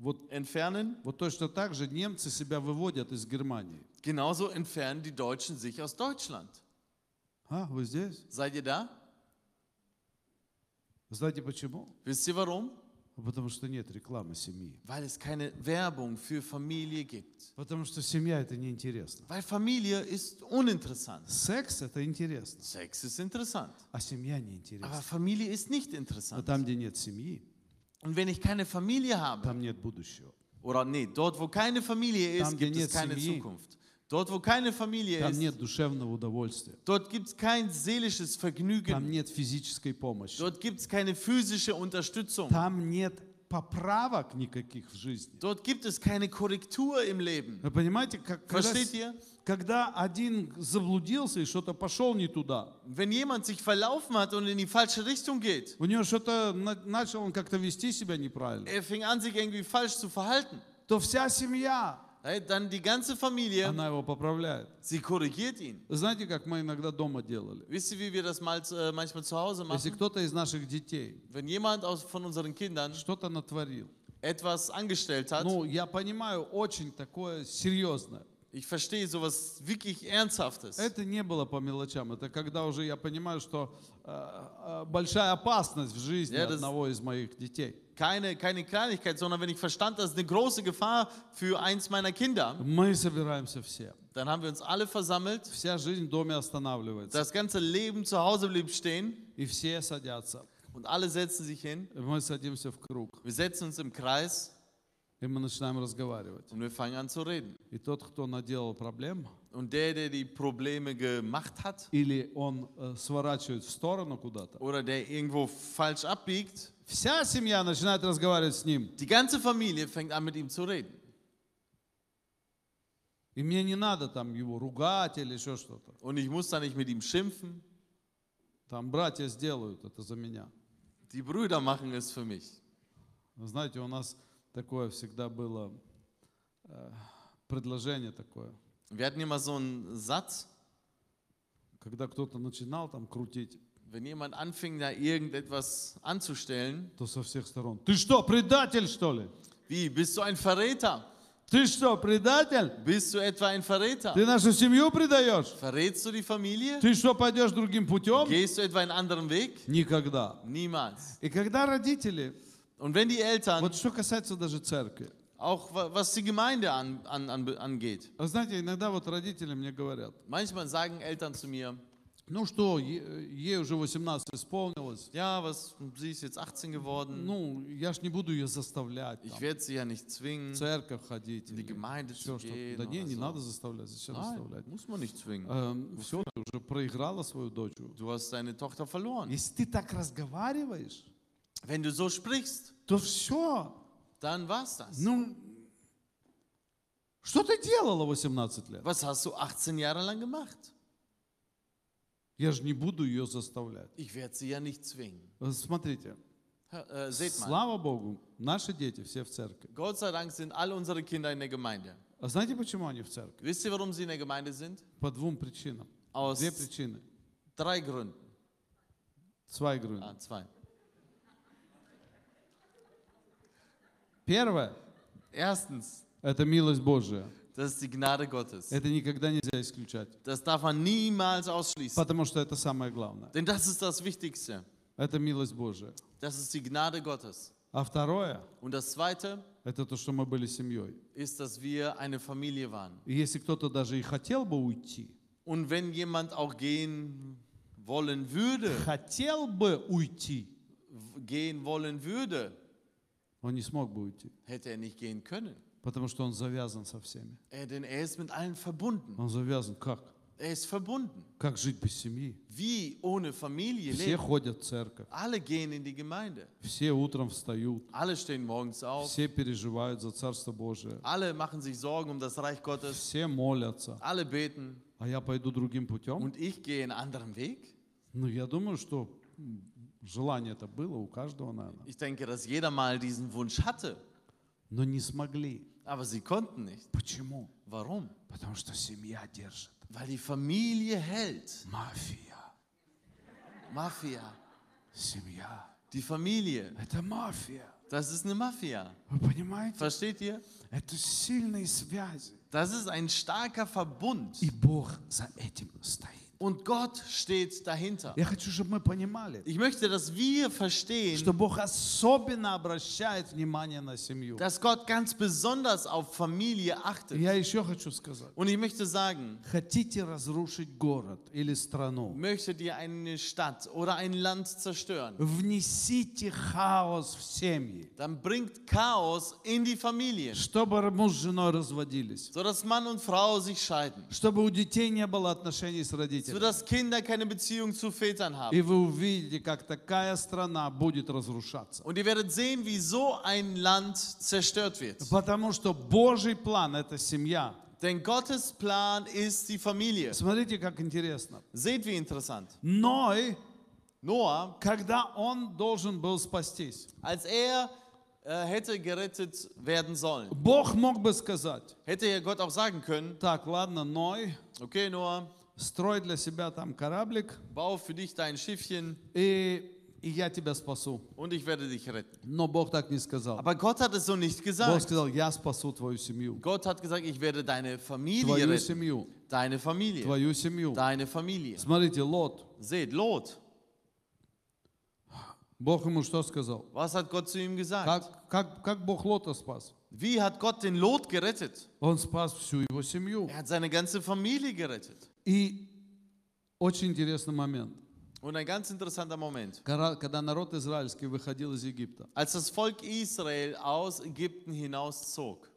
S1: Вот,
S2: entfernen.
S1: вот точно так же немцы себя выводят из Германии.
S2: Genauso entfernen die Deutschen sich aus Deutschland.
S1: А, вы здесь?
S2: Seid ihr da?
S1: Знаете почему? А
S2: Wisst ihr warum?
S1: Потому что нет рекламы семьи.
S2: Weil es keine Werbung für Familie gibt.
S1: Потому что семья это неинтересно.
S2: Weil Familie ist uninteressant.
S1: Секс это интересно,
S2: Sex ist interessant,
S1: а семья
S2: aber
S1: неинтересна.
S2: Familie ist nicht
S1: Но
S2: interessant.
S1: там, где нет семьи,
S2: Und wenn ich keine Familie habe,
S1: там нет будущего.
S2: Oder nee, dort wo keine Familie ist,
S1: Там, где
S2: gibt es
S1: нет
S2: keine
S1: семьи.
S2: Zukunft. Dort wo keine Familie
S1: Там
S2: ist,
S1: нет душевного удовольствия.
S2: dort gibt es kein seelisches
S1: Там
S2: Vergnügen.
S1: нет физической помощи.
S2: Dort gibt es keine physische Unterstützung.
S1: Там нет поправок никаких в жизни.
S2: Dort gibt es keine Korrektur im Leben.
S1: Вы понимаете, как, когда,
S2: Versteht ihr?
S1: когда один заблудился и что-то пошел не туда,
S2: Wenn jemand sich verlaufen hat und in die falsche Richtung geht,
S1: у него что-то на- начал он как-то вести себя неправильно,
S2: er fing an, sich irgendwie falsch zu verhalten.
S1: то вся семья,
S2: Hey, Dann die ganze Familie,
S1: она его поправляет.
S2: sie korrigiert ihn.
S1: Знаете, как мы иногда дома делали?
S2: Wisst ihr, wie wir das mal, äh, manchmal zu Hause
S1: Если
S2: machen?
S1: кто-то из наших детей
S2: Wenn jemand aus, von unseren Kindern
S1: что-то натворил,
S2: etwas angestellt hat,
S1: ну, я понимаю, очень такое серьезное.
S2: Ich verstehe sowas wirklich Ernsthaftes.
S1: Это не было по мелочам, это когда уже я понимаю, что э, э, большая опасность в жизни
S2: Я раз-
S1: одного из моих детей.
S2: Keine, keine Kleinigkeit, sondern wenn ich verstand, das ist eine große Gefahr für eins meiner Kinder,
S1: Мы собираемся все.
S2: dann haben wir uns alle versammelt,
S1: Вся жизнь в доме останавливается.
S2: das ganze Leben zu Hause blieb stehen
S1: И все садятся.
S2: und alle setzen sich hin.
S1: Мы садимся в круг,
S2: Wir setzen uns im Kreis
S1: и мы начинаем разговаривать.
S2: und wir fangen an zu reden.
S1: И тот, кто наделал проблем,
S2: Und der, der die Probleme gemacht hat
S1: или он э, сворачивает в сторону куда-то,
S2: oder der irgendwo falsch abbiegt,
S1: вся семья начинает разговаривать с ним.
S2: die ganze Familie fängt an mit ihm zu reden.
S1: И мне не надо там его ругать или еще что-то.
S2: Und ich muss da nicht mit ihm schimpfen,
S1: Там братья сделают это за меня.
S2: die Brüder machen es für mich.
S1: Вы знаете, у нас такое всегда было э, предложение такое.
S2: Wir hatten immer so einen Satz,
S1: Когда кто-то начинал там крутить,
S2: Wenn jemand anfing, da irgendetwas anzustellen,
S1: то со всех сторон. Ты что, предатель, что ли?
S2: wie, bist du ein Verräter?
S1: Ты что, предатель?
S2: Bist du etwa ein Verräter?
S1: Ты нашу семью предаешь?
S2: Verrätst du die Familie?
S1: Ты что, пойдешь другим путем?
S2: Gehst du etwa einen anderen Weg?
S1: Никогда.
S2: Niemals.
S1: И когда родители,
S2: Und wenn die Eltern,
S1: вот что касается даже церкви,
S2: auch wa- was die Gemeinde an, an, an, angeht,
S1: вы знаете, иногда вот родители мне говорят,
S2: manchmal sagen Eltern zu mir,
S1: ну что, е- ей уже 18 исполнилось,
S2: ja, was, sie ist jetzt 18 geworden,
S1: ну, я ж не буду ее заставлять там,
S2: ich werde sie ja nicht
S1: в
S2: zwingen.
S1: церковь ходить.
S2: die
S1: или
S2: Gemeinde
S1: еще
S2: zu
S1: что-то.
S2: gehen
S1: Да не,
S2: oder
S1: не
S2: so.
S1: надо заставлять, зачем
S2: Nein,
S1: заставлять?
S2: muss man nicht zwingen.
S1: все, ты уже проиграла свою дочь.
S2: Du hast deine Tochter verloren.
S1: Если ты так разговариваешь,
S2: Wenn du so sprichst,
S1: то все,
S2: dann war's das.
S1: ну, Что ты делала 18 лет?
S2: Was hast du 18 Jahre lang gemacht?
S1: Я же не буду ее заставлять.
S2: Ich werde sie ja nicht zwingen.
S1: Э, Смотрите,
S2: Hör, äh, seht mal,
S1: слава Богу, наши дети все в церкви.
S2: Gott sei Dank sind alle unsere Kinder in der Gemeinde.
S1: А знаете, почему они в церкви?
S2: Wisst ihr, warum sie in der Gemeinde sind?
S1: По двум причинам.
S2: Aus
S1: Две причины.
S2: drei Gründen.
S1: Zwei Gründe.
S2: Ah, zwei.
S1: Первое
S2: Erstens,
S1: – это милость Божия.
S2: das ist die Gnade Gottes.
S1: Это никогда нельзя исключать,
S2: Das darf man niemals ausschließen.
S1: потому что это самое главное.
S2: Denn das ist das Wichtigste.
S1: Это милость Божия.
S2: Das ist die Gnade Gottes.
S1: А второе
S2: Und das Zweite
S1: – это то, что мы были семьей.
S2: ist, dass wir eine Familie waren.
S1: И если кто-то даже и хотел бы уйти,
S2: Und wenn jemand auch gehen
S1: (laughs)
S2: wollen würde,
S1: хотел бы уйти,
S2: w- gehen wollen würde,
S1: он не смог бы уйти,
S2: hätte er nicht gehen können.
S1: потому что он завязан со всеми.
S2: Er, denn er ist mit allen verbunden.
S1: Он завязан как?
S2: Er ist verbunden.
S1: Как жить без семьи?
S2: Wie ohne Familie
S1: Все
S2: leben.
S1: ходят в церковь,
S2: Alle gehen in die Gemeinde.
S1: все утром встают,
S2: Alle stehen morgens auf.
S1: все perеживают за Царство Божие,
S2: Alle machen sich Sorgen um das Reich Gottes.
S1: все молятся.
S2: Alle beten.
S1: А я пойду другим путем?
S2: Und ich gehe einen anderen Weg.
S1: Ну, я думаю, что м, желание это было у каждого, наверное.
S2: Ich denke, dass jeder mal diesen Wunsch hatte.
S1: Но не смогли.
S2: Aber sie konnten nicht.
S1: Почему?
S2: Warum?
S1: Потому что семья держит.
S2: Weil die Familie hält.
S1: Мафия.
S2: Mafia.
S1: Семья.
S2: Die Familie.
S1: Это мафия.
S2: Das ist eine Mafia.
S1: Вы понимаете?
S2: Versteht ihr?
S1: Это сильные связи.
S2: Das ist ein starker Verbund.
S1: И Бог за этим стоит.
S2: Und Gott steht dahinter.
S1: Я хочу, чтобы мы понимали,
S2: Ich möchte, dass wir verstehen,
S1: что Бог особенно обращает внимание на семью.
S2: dass Gott ganz besonders auf
S1: И
S2: Familie achtet.
S1: Я еще хочу сказать.
S2: Und ich möchte sagen,
S1: Хотите разрушить город или страну?
S2: möchtet ihr eine Stadt oder ein Land zerstören,
S1: Внесите хаос в семьи,
S2: dann bringt Chaos in die Familien,
S1: чтобы муж с женой разводились,
S2: sodass Mann und Frau sich scheiden,
S1: чтобы у детей не было отношений с родителями.
S2: sodass Kinder keine Beziehung zu Vätern haben.
S1: И вы увидите, как такая страна будет разрушаться.
S2: Und ihr werdet sehen, wie so ein Land zerstört wird.
S1: Потому что Божий план – это семья.
S2: Denn Gottes Plan ist die Familie.
S1: Смотрите, как интересно.
S2: Seht, wie interessant.
S1: Ной,
S2: Noah,
S1: когда он должен был спастись,
S2: als er äh, hätte gerettet werden sollen,
S1: Бог мог бы сказать,
S2: hätte ja Gott auch sagen können,
S1: так, ладно, Ной,
S2: okay Noah,
S1: строй для себя там кораблик,
S2: bau für dich dein Schiffchen
S1: и, и я тебя спасу.
S2: und ich werde dich retten.
S1: Но Бог так не сказал.
S2: Aber Gott hat es so nicht
S1: Бог
S2: gesagt.
S1: сказал, я спасу твою семью,
S2: Gott hat gesagt, ich werde deine Familie
S1: твою
S2: retten.
S1: семью,
S2: Deine Familie.
S1: твою семью.
S2: Deine Familie.
S1: Смотрите, Лот,
S2: Seht, Lot,
S1: Бог ему что сказал?
S2: was hat Gott zu ihm gesagt?
S1: Как, как, как Бог Лота спас?
S2: Wie hat Gott den Lot gerettet?
S1: Он спас всю его семью.
S2: Er hat seine ganze Familie gerettet.
S1: И очень интересный момент.
S2: Und ein ganz interessanter Moment.
S1: Кора- Когда народ израильский выходил из Египта,
S2: Als das Volk Israel aus Ägypten hinauszog,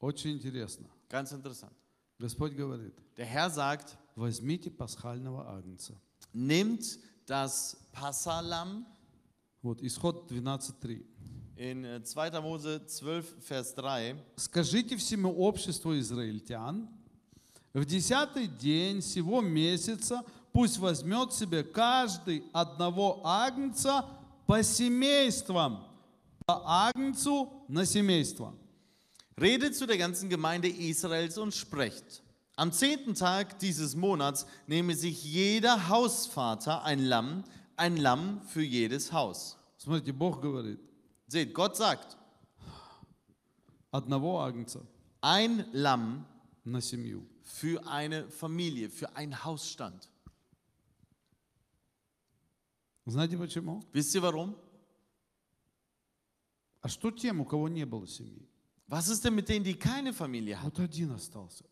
S1: очень интересно.
S2: ganz interessant.
S1: Господь говорит,
S2: Der Herr sagt,
S1: возьмите пасхального агнца.
S2: nimmt das Passalam
S1: Вот, исход 12.3.
S2: in äh, 2. Mose 12, Vers 3.
S1: «Скажите всему обществу израильтян, в десятый день сего месяца пусть возьмет себе каждый одного агнца по семействам, по агнцу на семейство».
S2: Redet zu der ganzen Gemeinde Israels und sprecht. Am zehnten Tag dieses Monats nehme sich jeder Hausvater ein Lamm, ein Lamm für jedes Haus.
S1: Смотрите, Бог говорит,
S2: Seht, Gott sagt,
S1: одного агнца
S2: ein Lamm
S1: на семью.
S2: für eine Familie, für einen Hausstand.
S1: Знаете почему?
S2: Wisst ihr warum?
S1: А что тем, у кого не было семьи? А
S2: Was ist denn mit denen, die keine Familie hatten?
S1: Вот один остался.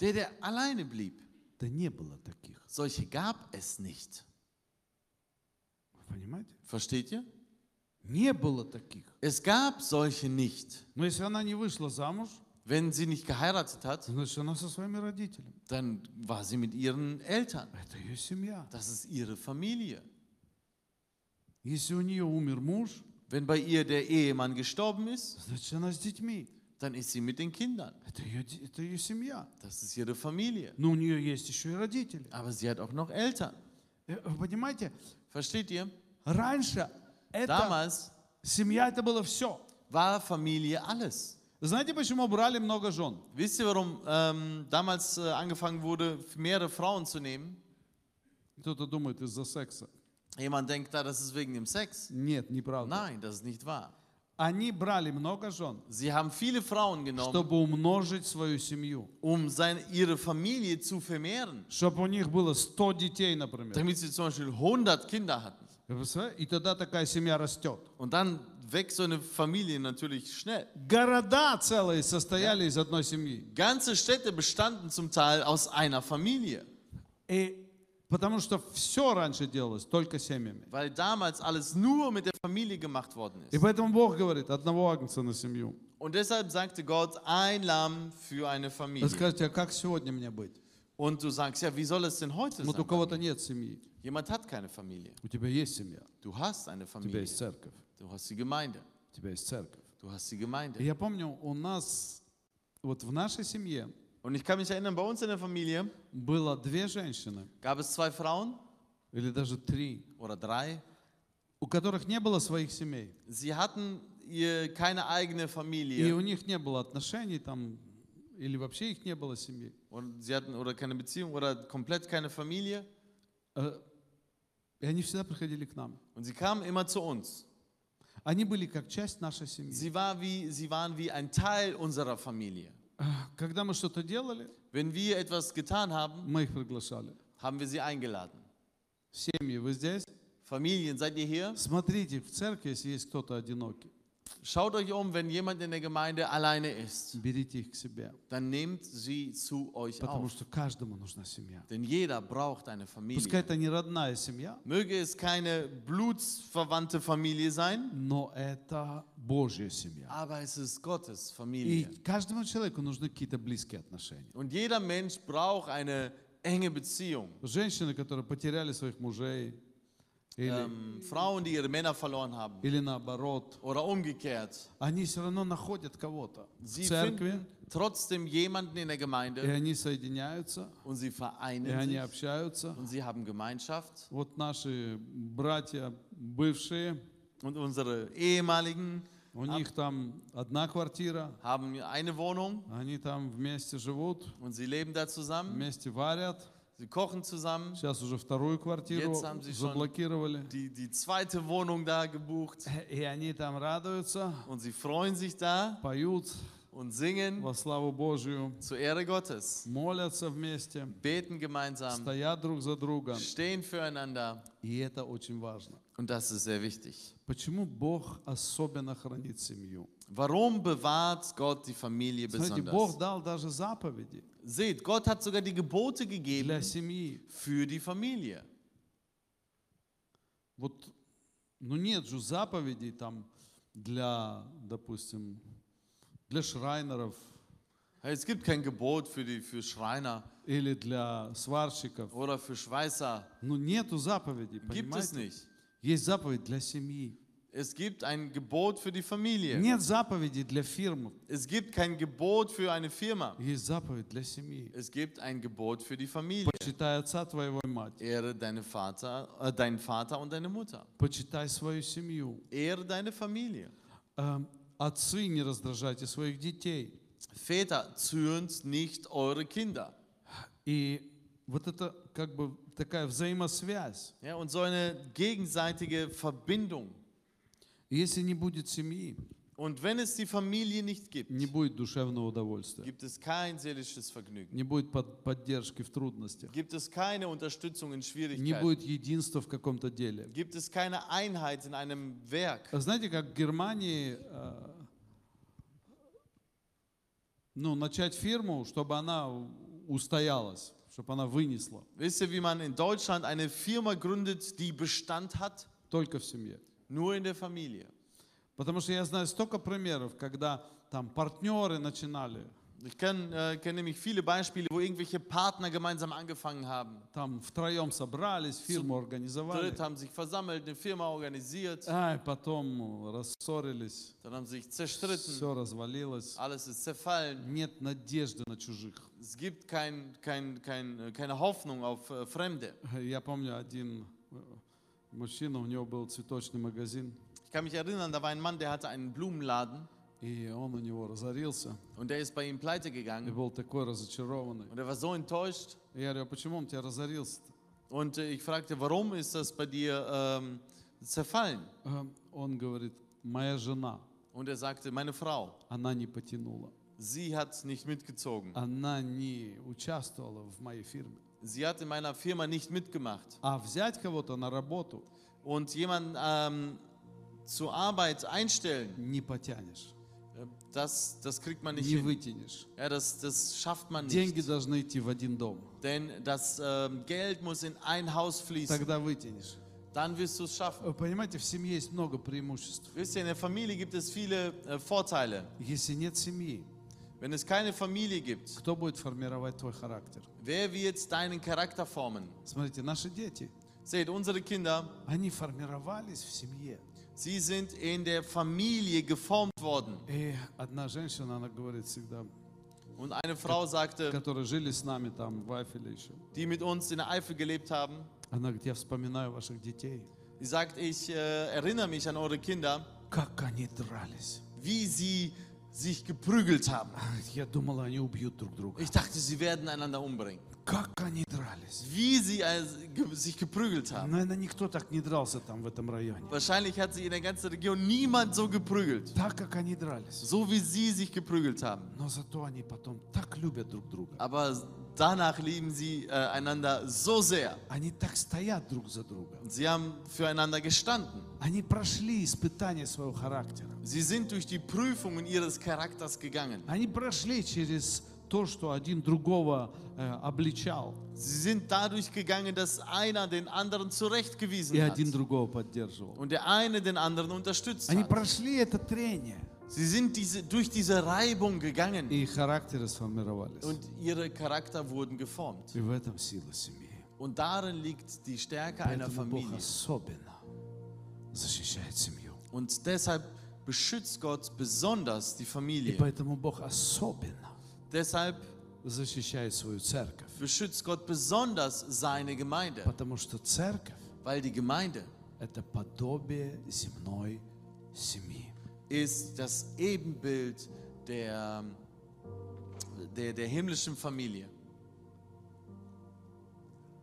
S2: Der, der alleine blieb.
S1: Да не было таких.
S2: Solche gab es nicht.
S1: Вы понимаете?
S2: Versteht ihr?
S1: Не было таких.
S2: Es gab solche nicht.
S1: Но если она не вышла замуж,
S2: Wenn sie nicht geheiratet hat,
S1: значит, она со своими родителями.
S2: dann war sie mit ihren Eltern.
S1: Это ее семья.
S2: Das ist ihre Familie.
S1: Если у нее умер муж,
S2: Wenn bei ihr der Ehemann gestorben ist,
S1: Значит, она с детьми.
S2: dann ist sie mit den Kindern.
S1: Это ее, де- это ее семья.
S2: Das ist ihre Familie.
S1: Но у нее есть еще и родители.
S2: Aber sie hat auch noch Eltern.
S1: Э, Вы понимаете,
S2: Versteht ihr?
S1: раньше это,
S2: Damals
S1: семья это было все.
S2: war Familie alles.
S1: Знаете, почему брали много жен?
S2: Wisst ihr, warum ähm, damals äh, angefangen wurde, mehrere Frauen zu nehmen?
S1: Кто-то думает из-за секса.
S2: Jemand denkt da, das ist wegen dem Sex.
S1: Нет, неправда.
S2: Nein, das ist nicht wahr.
S1: Они брали много жен,
S2: Sie haben viele Frauen genommen,
S1: чтобы умножить свою семью.
S2: um sein, ihre Familie zu vermehren.
S1: Чтобы у них было 100 детей, например.
S2: Damit sie zum Beispiel 100 Kinder hatten.
S1: Вы представляете? И тогда такая семья растет.
S2: Und dann wächst so eine Familie natürlich schnell.
S1: Города целые состояли из одной семьи.
S2: Ganze Städte bestanden zum Teil aus einer Familie,
S1: И потому что все раньше делалось только семьями.
S2: weil damals alles nur mit der Familie gemacht worden
S1: И
S2: ist.
S1: поэтому Бог говорит, одного агнца на семью.
S2: Und deshalb sagte Gott, ein Lamm für eine
S1: Вы
S2: Familie.
S1: скажете, а как сегодня мне быть?
S2: Und du sagst, ja, wie soll es denn heute
S1: Вот у
S2: sein?
S1: кого-то нет семьи.
S2: Jemand hat keine Familie.
S1: У тебя есть семья,
S2: Du hast eine
S1: у тебя
S2: Familie.
S1: есть церковь,
S2: Du hast die Gemeinde.
S1: у тебя есть церковь.
S2: Du hast die
S1: И
S2: Gemeinde.
S1: я помню, у нас, вот в нашей семье
S2: Und ich kann mich erinnern, bei uns in der Familie
S1: было две женщины,
S2: gab es zwei Frauen
S1: или даже три,
S2: oder drei.
S1: у которых не было своих семей.
S2: Sie hatten ihr keine eigene Familie.
S1: И у них не было отношений там, или вообще их не было семьи.
S2: Und sie hatten oder keine Beziehung oder komplett keine Familie.
S1: Э, И они всегда приходили к нам.
S2: Und sie kamen immer zu uns.
S1: Они были как часть нашей семьи.
S2: Sie, war wie, sie waren wie ein Teil unserer Familie.
S1: А, Когда мы что-то делали,
S2: Wenn wir etwas getan haben,
S1: мы их приглашали.
S2: haben wir sie eingeladen.
S1: Семьи, вы здесь?
S2: Familien, seid ihr hier?
S1: Смотрите, в церкви, если есть кто-то одинокий,
S2: Schaut euch um, wenn jemand in der Gemeinde alleine ist,
S1: берите их к себе.
S2: dann nehmt sie zu euch
S1: Потому
S2: auf.
S1: что каждому нужна семья.
S2: Denn jeder braucht eine
S1: Пускай
S2: Familie.
S1: это не родная семья,
S2: Möge es keine blutsverwandte Familie sein,
S1: но это Божья семья.
S2: aber es ist Gottes
S1: И
S2: Familie.
S1: каждому человеку нужны какие-то близкие отношения.
S2: Und jeder Mensch braucht eine enge Beziehung.
S1: Женщины, которые потеряли своих мужей, или,
S2: ähm, Frauen, die ihre Männer verloren haben
S1: или наоборот,
S2: oder umgekehrt.
S1: они все равно naходят кого-то в
S2: Sie
S1: церкви,
S2: finden trotzdem jemanden in der
S1: и
S2: Gemeinde
S1: они соединяются,
S2: und sie
S1: и они
S2: vereinen sich
S1: общаются.
S2: und sie haben Gemeinschaft.
S1: Вот наши братья бывшие,
S2: Und unsere Ehemaligen
S1: у них там одна квартира,
S2: haben eine Wohnung
S1: они там вместе живут,
S2: und sie leben da zusammen,
S1: вместе варят.
S2: sie kochen zusammen,
S1: Сейчас уже вторую квартиру
S2: Jetzt haben sie schon- (laughs)
S1: заблокировали.
S2: die, die zweite Wohnung da gebucht
S1: И они там радуются,
S2: und sie freuen sich da
S1: поют
S2: und singen
S1: во славу Божию,
S2: zur Ehre Gottes,
S1: молятся вместе,
S2: beten gemeinsam,
S1: стоят друг за друга.
S2: stehen füreinander
S1: И это очень важно.
S2: und das ist sehr wichtig.
S1: Почему Бог особенно хранит семью?
S2: Warum bewahrt Gott die Familie
S1: Смотрите,
S2: besonders?
S1: Бог дал даже заповеди
S2: Seht, Gott hat sogar die Gebote
S1: для
S2: gegeben
S1: семьи.
S2: für die Familie.
S1: Вот, ну нет же заповедей там для, допустим, для шрайнеров
S2: Es gibt kein Gebot für, die, für Schreiner
S1: или для сварщиков.
S2: oder für Schweißer.
S1: Ну нету заповедей,
S2: Gibt es
S1: понимаете?
S2: nicht.
S1: Есть заповедь для семьи.
S2: Es gibt ein Gebot für die Familie.
S1: Нет заповедей для фирмы.
S2: Es gibt kein Gebot für eine Firma.
S1: Есть заповедь для семьи.
S2: Es gibt ein Gebot für die Familie.
S1: Почитай отца твоего и мать.
S2: Ehre deine Vater, äh, deinen Vater und deine Mutter.
S1: Почитай свою семью.
S2: Ehre deine Familie.
S1: Эм, Отцы, не раздражайте своих детей.
S2: Väter, zürnt nicht eure Kinder.
S1: И вот это как бы такая взаимосвязь.
S2: Ja, und so eine gegenseitige Verbindung.
S1: И Если не будет семьи,
S2: Und wenn es die Familie nicht gibt,
S1: не будет душевного удовольствия,
S2: gibt es kein seelisches Vergnügen.
S1: не будет под- поддержки в трудностях,
S2: Gibt es keine Unterstützung in
S1: не
S2: Schwierigkeiten.
S1: будет единства в каком-то деле.
S2: Gibt es keine Einheit in einem Werk.
S1: А Знаете, как в Германии э, ну, начать фирму, чтобы она устоялась, чтобы она вынесла
S2: Wisst ihr, wie man in Deutschland eine Firma gründet, die Bestand hat?
S1: только в семье.
S2: Nur in der Familie.
S1: Потому что я знаю столько примеров, когда там партнеры начинали
S2: Ich kenn, äh, kenne nämlich viele Beispiele, wo irgendwelche Partner gemeinsam angefangen haben.
S1: Там втроем собрались, фирму организовали.
S2: Dritt haben sich versammelt, eine Firma organisiert,
S1: А, потом рассорились,
S2: dann haben sie sich zerstritten,
S1: все развалилось.
S2: alles ist zerfallen.
S1: Нет надежды на чужих.
S2: Es gibt kein, kein, kein, äh, keine Hoffnung auf äh, Fremde.
S1: (laughs) Я помню один э, мужчина, у него был цветочный магазин,
S2: Ich kann mich erinnern, da war ein Mann, der hatte einen Blumenladen
S1: и он у него разорился,
S2: und der ist bei ihm pleite
S1: и
S2: gegangen.
S1: был такой разочарованный.
S2: Und er war so enttäuscht.
S1: И Я говорю, а почему он тебя разорился?
S2: Und äh, ich fragte, warum ist das bei dir ähm, zerfallen?
S1: А Он говорит, моя жена,
S2: Und er sagte, meine Frau,
S1: она не потянула,
S2: sie hat nicht mitgezogen.
S1: она не участвовала в моей фирме.
S2: Sie hat in meiner Firma nicht mitgemacht.
S1: А взять кого-то на работу
S2: Und jemanden ähm, zur Arbeit einstellen,
S1: не потянешь,
S2: äh, das, das kriegt man nicht
S1: не
S2: hin.
S1: вытянешь.
S2: Ja, das, das schafft man
S1: Деньги
S2: nicht.
S1: должны идти в один дом,
S2: Denn das ähm, Geld muss in ein Haus fließen.
S1: тогда вытянешь.
S2: Dann wirst du es schaffen.
S1: Вы Понимаете, в семье есть много преимуществ.
S2: Wisst ihr, in der Familie gibt es viele äh, Vorteile.
S1: Если нет семьи,
S2: Wenn es keine Familie gibt,
S1: кто будет формировать твой характер?
S2: wer wird deinen Charakter formen?
S1: Смотрите, наши дети,
S2: Seht, unsere Kinder,
S1: они формировались в семье.
S2: sie sind in der Familie geformt worden.
S1: И одна женщина, она говорит всегда,
S2: Und eine Frau sagte,
S1: которые жили с нами там в Айфеле еще,
S2: die mit uns in der Eifel gelebt haben,
S1: она говорит, я вспоминаю ваших детей,
S2: Sie sagt, ich äh, erinnere mich an eure Kinder,
S1: как они дрались.
S2: wie sie sich geprügelt haben.
S1: Я думала, они убьют друг друга.
S2: Ich dachte, sie werden einander umbringen.
S1: Как они дрались.
S2: Wie sie äh, ge sich geprügelt haben.
S1: Наверное, никто так не дрался там в этом районе.
S2: Wahrscheinlich hat sich in der ganzen Region niemand so geprügelt,
S1: Так, как они дрались.
S2: so wie sie sich geprügelt haben.
S1: Но зато они потом так любят друг друга.
S2: Aber danach lieben sie äh, einander so sehr.
S1: Они так стоят друг за другом.
S2: Sie haben füreinander gestanden.
S1: Они прошли испытание своего характера.
S2: Sie sind durch die Prüfungen ihres Charakters gegangen.
S1: Они прошли через то, что один другого э, обличал,
S2: Sie sind dadurch gegangen, dass einer den anderen
S1: и
S2: zurechtgewiesen hat.
S1: один другого поддерживал.
S2: Und der eine den anderen unterstützt
S1: Они
S2: hat.
S1: прошли это трение,
S2: Sie sind diese, durch diese Reibung gegangen
S1: и их характеры сформировались.
S2: und ihre Charakter wurden geformt.
S1: И в этом сила семьи.
S2: Und darin liegt die Stärke einer
S1: Поэтому Бог
S2: Familie.
S1: особенно защищает семью.
S2: Und deshalb beschützt Gott besonders die
S1: И
S2: Familie.
S1: поэтому Бог особенно
S2: Deshalb
S1: защищает свою церковь.
S2: beschützt Gott besonders seine Gemeinde,
S1: Потому что церковь
S2: weil die Gemeinde
S1: – это подобие земной семьи.
S2: ist das Ebenbild der, der, der himmlischen Familie.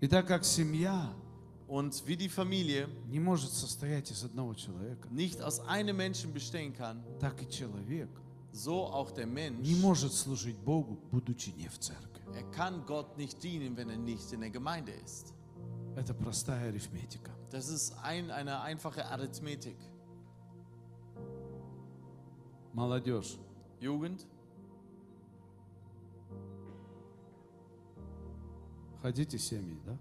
S1: И так как семья
S2: Und wie die Familie
S1: не может состоять из одного человека,
S2: nicht aus einem Menschen bestehen kann,
S1: так и человек
S2: so auch der Mensch
S1: не может служить Богу, будучи не в церкви.
S2: Er kann Gott nicht dienen, wenn er nicht in der Gemeinde ist.
S1: Это простая арифметика.
S2: Das ist ein, eine einfache Arithmetik.
S1: Молодежь,
S2: Jugend,
S1: хотите семьи, да?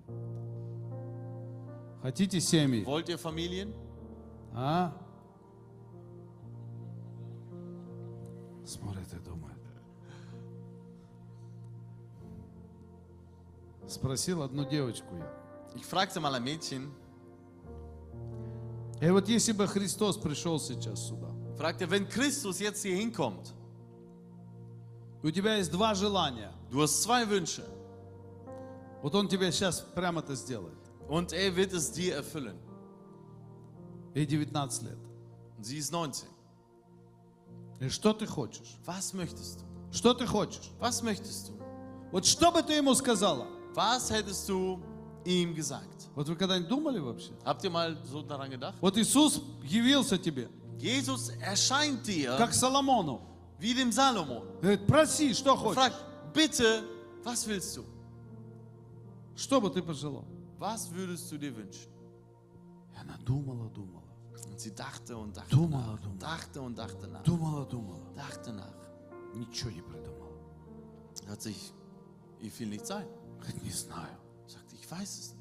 S1: Хотите семьи?
S2: wollt ihr Familien?
S1: А? Смотрит и думает. Спросил одну девочку я.
S2: Ich fragte mal ein Mädchen,
S1: И вот если бы Христос пришел сейчас сюда,
S2: fragte, wenn Christus jetzt hier hinkommt,
S1: и у тебя есть два желания.
S2: du hast zwei Wünsche
S1: Вот он тебе сейчас прямо это сделает.
S2: und er wird es dir erfüllen.
S1: Ей 19 лет.
S2: Und sie ist 19.
S1: И что ты хочешь?
S2: Was möchtest du?
S1: Что ты хочешь?
S2: Was möchtest du?
S1: Вот что бы ты ему сказала?
S2: Was hättest du ihm gesagt?
S1: Вот вы когда-нибудь думали вообще?
S2: Habt ihr mal so daran gedacht?
S1: Вот Иисус явился тебе,
S2: Jesus erscheint dir
S1: как Соломону.
S2: wie dem Salomon.
S1: Говорит, проси, что
S2: Und
S1: хочешь.
S2: fragt, bitte, was willst du?
S1: Что бы ты пожелал?
S2: Was würdest du dir wünschen?
S1: И она думала, думала,
S2: Und sie dachte und dachte,
S1: думала, думала,
S2: dachte und dachte nach,
S1: думала, думала.
S2: dachte nach.
S1: Ничего не придумала.
S2: Hat sich, ihr fiel nichts ein.
S1: Говорит, не знаю.
S2: Sagte, ich weiß es nicht.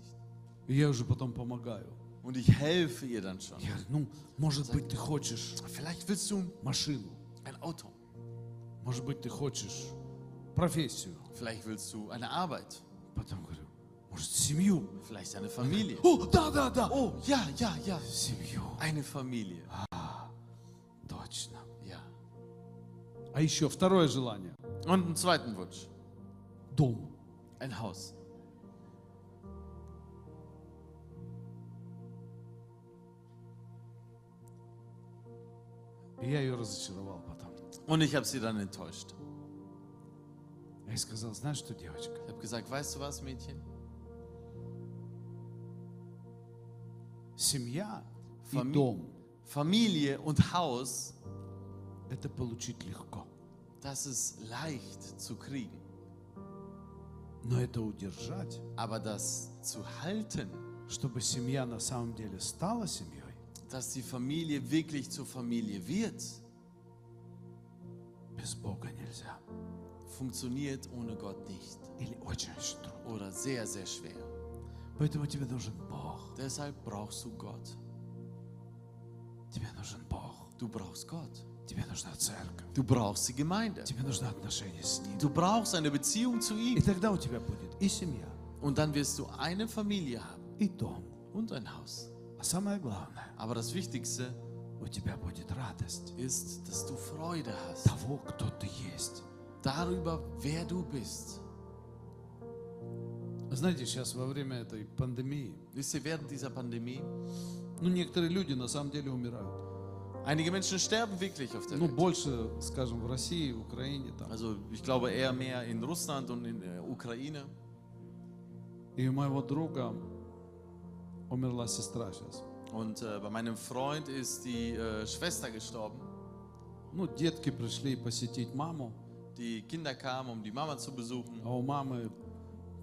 S1: И я уже потом помогаю.
S2: Und ich helfe ihr dann schon.
S1: Я говорю, ну, может быть, ты хочешь
S2: Vielleicht willst du
S1: машину.
S2: ein Auto.
S1: Может быть, ты хочешь профессию.
S2: Vielleicht willst du eine Arbeit,
S1: Потом говорю, может, семью?
S2: vielleicht eine Familie. Oh,
S1: О, да, да, да. О,
S2: Ja, ja, ja.
S1: семью.
S2: Eine Familie.
S1: Точно.
S2: Ja.
S1: А еще второе желание.
S2: Und einen zweiten Wunsch.
S1: Дом.
S2: Ein Haus.
S1: И я ее разочаровал потом.
S2: Und ich habe sie dann enttäuscht.
S1: Я ей сказал, знаешь что, девочка,
S2: Ich habe gesagt, weißt du was, Mädchen?
S1: семья и
S2: Фами-
S1: дом
S2: Familie und Haus,
S1: – это получить легко,
S2: das ist leicht zu kriegen.
S1: но это удержать,
S2: Aber das zu halten,
S1: чтобы семья на самом деле стала семьей,
S2: dass die Familie wirklich zur Familie wird,
S1: без Бога нельзя.
S2: funktioniert ohne Gott nicht.
S1: Или очень-очень трудно.
S2: Oder sehr, sehr schwer.
S1: Поэтому тебе нужен Бог.
S2: Deshalb brauchst du Gott.
S1: Тебе нужен Бог.
S2: Du brauchst Gott.
S1: Тебе нужна церковь.
S2: Du brauchst die Gemeinde.
S1: Тебе нужно отношение с Ним.
S2: Du brauchst eine Beziehung zu
S1: И
S2: ihm.
S1: тогда у тебя будет и семья,
S2: Und dann wirst du eine Familie haben
S1: и дом.
S2: und ein Haus.
S1: А самое главное,
S2: Aber das Wichtigste
S1: у тебя будет радость
S2: ist, dass du Freude hast
S1: того, кто ты есть.
S2: darüber, wer du bist.
S1: Знаете, сейчас во время этой пандемии,
S2: Wisst ihr, während dieser Pandemie,
S1: ну, некоторые люди на самом деле умирают.
S2: einige Menschen sterben wirklich auf der
S1: Ну,
S2: Welt.
S1: больше, скажем, в России, в Украине там.
S2: Also ich glaube eher mehr in Russland und in der Ukraine.
S1: И у моего друга умерла сестра сейчас.
S2: Und äh, bei meinem Freund ist die äh, Schwester gestorben.
S1: Ну, детки пришли посетить маму,
S2: Die Kinder kamen, um die Mama zu besuchen.
S1: а у мамы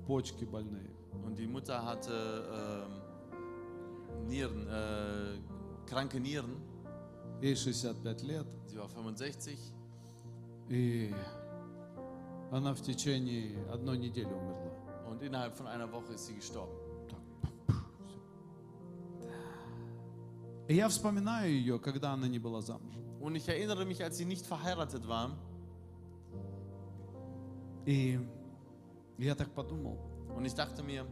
S1: почки больные.
S2: Und die Mutter hatte ähm, Nieren, äh, kranke Nieren.
S1: Ей 65 лет.
S2: Sie war 65
S1: И она в течение одной недели умерла.
S2: und innerhalb von einer Woche ist sie gestorben.
S1: И я вспоминаю ее, когда она не была замужем.
S2: Und ich erinnere mich, als sie nicht verheiratet war.
S1: И я так подумал,
S2: Und ich dachte mir,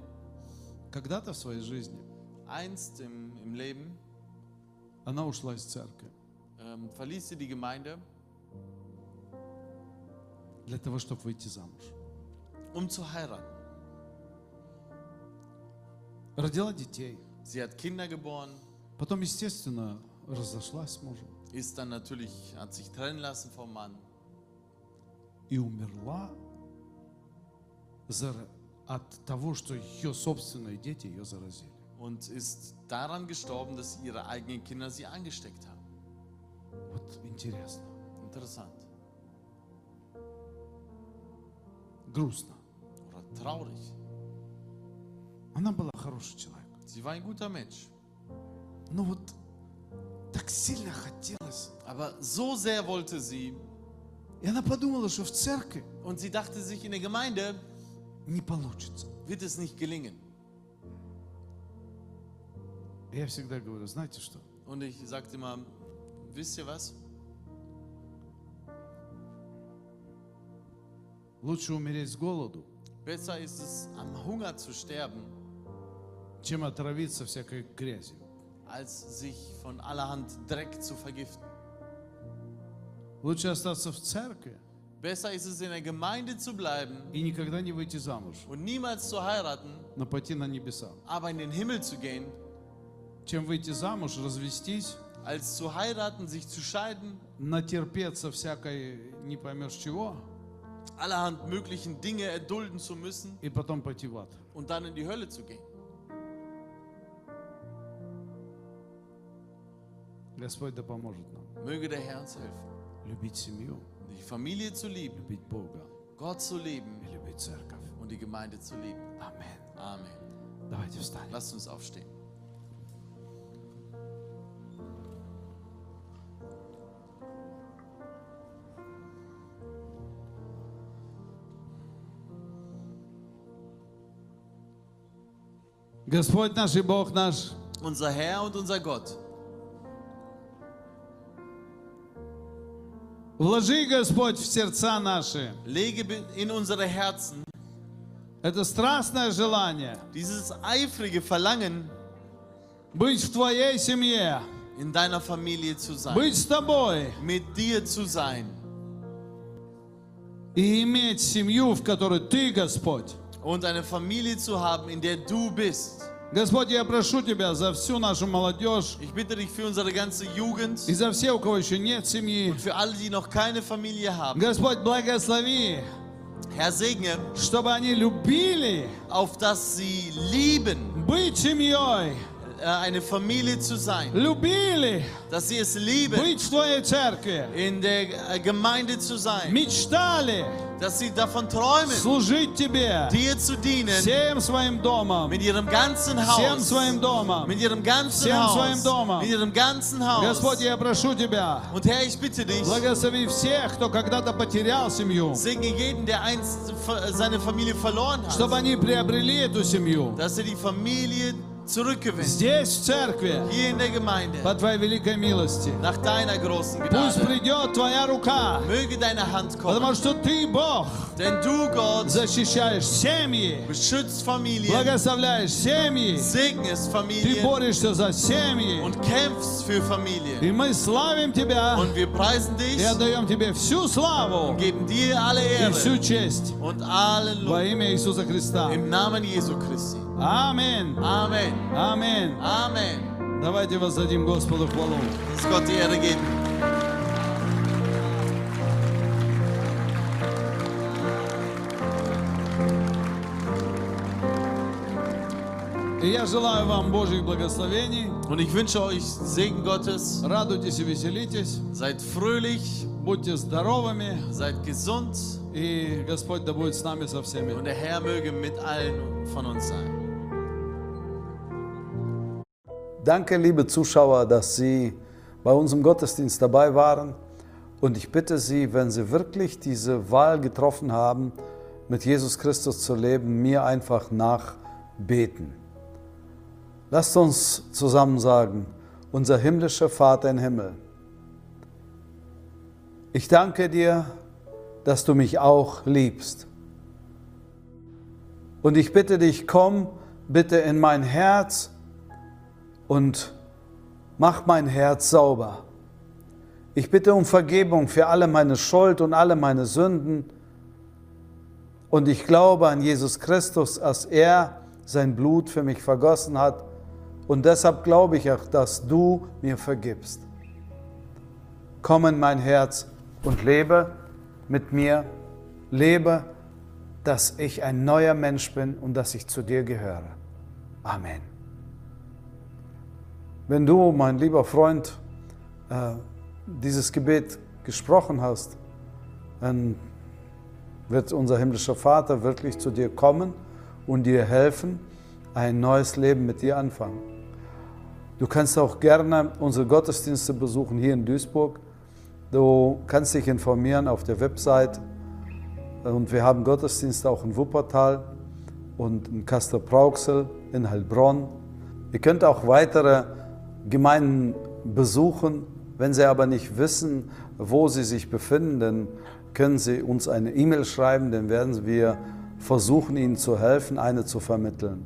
S1: когда-то в своей жизни
S2: einst im, im Leben
S1: она ушла из церкви
S2: ähm, verließ sie die Gemeinde,
S1: для того, чтобы выйти замуж.
S2: um zu heiraten.
S1: Родила детей.
S2: Sie hat Kinder geboren,
S1: Потом, естественно, разошлась с мужем
S2: ist dann natürlich, hat sich trennen lassen vom Mann
S1: и умерла зара- от того, что ее собственные дети ее заразили.
S2: und ist daran gestorben, dass ihre eigenen Kinder sie angesteckt haben.
S1: Вот интересно,
S2: Interessant.
S1: грустно.
S2: Oder traurig.
S1: Она была хороший человек.
S2: Sie war ein guter Mensch.
S1: Но вот так сильно хотелось.
S2: Aber so sehr wollte sie
S1: И она подумала, что в церкви
S2: und sie dachte sich, in der Gemeinde
S1: не получится.
S2: wird es nicht gelingen.
S1: И я всегда говорю, знаете что?
S2: Und ich sagte immer, wisst ihr was?
S1: Лучше умереть с голоду,
S2: Besser ist es, am Hunger zu sterben,
S1: чем отравиться всякой грязью.
S2: als sich von allerhand Dreck zu vergiften.
S1: Лучше остаться в церкви
S2: Besser ist es, in der Gemeinde zu bleiben
S1: и никогда не выйти замуж,
S2: und niemals zu heiraten,
S1: но пойти на небеса.
S2: aber in den Himmel zu gehen,
S1: чем выйти замуж, развестись,
S2: als zu heiraten, sich zu scheiden,
S1: натерпеться всякой не поймешь чего,
S2: allerhand möglichen Dinge erdulden zu müssen
S1: и потом пойти в ад.
S2: und dann in die Hölle zu gehen.
S1: Господь да поможет нам
S2: Möge der Herr uns helfen,
S1: любить семью,
S2: die Familie zu lieben,
S1: любить Бога
S2: Gott zu lieben
S1: и любить церковь.
S2: und die Gemeinde zu lieben.
S1: Аминь.
S2: Amen.
S1: Давайте встанем.
S2: Lasst uns aufstehen.
S1: Господь наш и Бог наш,
S2: Unser Herr und unser Gott,
S3: Вложи, Господь, в сердца наши
S2: Lege be- in unsere Herzen
S3: это страстное желание
S2: dieses eifrige Verlangen,
S3: быть в Твоей семье,
S2: in deiner Familie zu sein,
S3: быть с Тобой
S2: mit dir zu sein
S3: и иметь семью, в которой Ты, Господь.
S2: und eine Familie zu haben, in der du bist.
S3: Господь, я прошу Тебя за всю нашу молодежь
S2: Ich bitte dich für unsere ganze Jugend,
S3: и за все, у кого еще нет семьи.
S2: für alle, die noch keine Familie haben.
S3: Господь, благослови,
S2: Herr, segne,
S3: чтобы они любили
S2: auf dass sie lieben,
S3: быть семьей,
S2: äh, eine Familie zu sein,
S3: любили
S2: dass sie es lieben,
S3: быть в Твоей церкви,
S2: in der äh, Gemeinde zu sein,
S3: мечтали
S2: dass sie davon träumen,
S3: служить Тебе
S2: dir zu dienen,
S3: всем своим домом,
S2: mit ihrem ganzen
S3: всем
S2: Haus,
S3: своим домом.
S2: mit ihrem ganzen
S3: Всем своим домом.
S2: Haus, mit ihrem ganzen
S3: Господь,
S2: Haus.
S3: я прошу Тебя,
S2: Und Herr, ich bitte dich,
S3: благослови всех, кто когда-то потерял семью,
S2: segne jeden, der einst ver- seine Familie verloren hat,
S3: чтобы они приобрели эту семью
S2: dass er die Familie zurückgewinnt,
S3: здесь, в церкви,
S2: hier in der Gemeinde,
S3: по Твоей великой милости.
S2: nach deiner großen
S3: Пусть
S2: Gnade.
S3: придет Твоя рука,
S2: Möge deine Hand kommen,
S3: потому что Ты, Бог,
S2: denn du, Gott,
S3: защищаешь семьи,
S2: Beschützt Familien,
S3: благословляешь семьи,
S2: segnest
S3: Ты
S2: Familien
S3: борешься за семьи,
S2: und kämpfst für Familien.
S3: и мы славим Тебя
S2: Und wir preisen dich
S3: и отдаем Тебе всю славу
S2: und geben dir alle
S3: и всю
S2: Ehre
S3: честь
S2: und allen
S3: во
S2: Lob
S3: имя Иисуса Христа.
S2: im Namen Jesu Christi.
S3: Аминь.
S2: Amen.
S3: Аминь.
S2: Amen.
S3: Давайте воздадим Господу хвалу.
S2: Lass Gott die Ehre geben.
S3: И я желаю вам Божьих благословений.
S2: Und ich wünsche euch Segen Gottes.
S3: Радуйтесь и веселитесь.
S2: Seid fröhlich,
S3: Будьте здоровыми.
S2: seid gesund
S3: И Господь да будет с нами со всеми.
S2: und der Herr möge mit allen von uns sein.
S1: Danke, liebe Zuschauer, dass Sie bei unserem Gottesdienst dabei waren. Und ich bitte Sie, wenn Sie wirklich diese Wahl getroffen haben, mit Jesus Christus zu leben, mir einfach nachbeten. Lasst uns zusammen sagen, unser himmlischer Vater im Himmel, ich danke dir, dass du mich auch liebst. Und ich bitte dich, komm bitte in mein Herz und mach mein Herz sauber. Ich bitte um Vergebung für alle meine Schuld und alle meine Sünden. Und ich glaube an Jesus Christus, als er sein Blut für mich vergossen hat. Und deshalb glaube ich auch, dass du mir vergibst. Komm in mein Herz und lebe mit mir. Lebe, dass ich ein neuer Mensch bin und dass ich zu dir gehöre. Amen. Wenn du, mein lieber Freund, äh, dieses Gebet gesprochen hast, dann wird unser himmlischer Vater wirklich zu dir kommen und dir helfen, ein neues Leben mit dir anfangen. Du kannst auch gerne unsere Gottesdienste besuchen hier in Duisburg. Du kannst dich informieren auf der Website. Und wir haben Gottesdienste auch in Wuppertal und in Kastor-Brauxel, in Heilbronn Ihr könnt auch weitere Gemeinden besuchen. Wenn Sie aber nicht wissen, wo Sie sich befinden, dann können Sie uns eine E-Mail schreiben, dann werden wir versuchen, Ihnen zu helfen, eine zu vermitteln.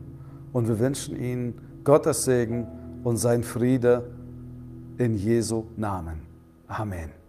S1: Und wir wünschen Ihnen Gottes Segen und sein Friede in Jesu Namen. Amen.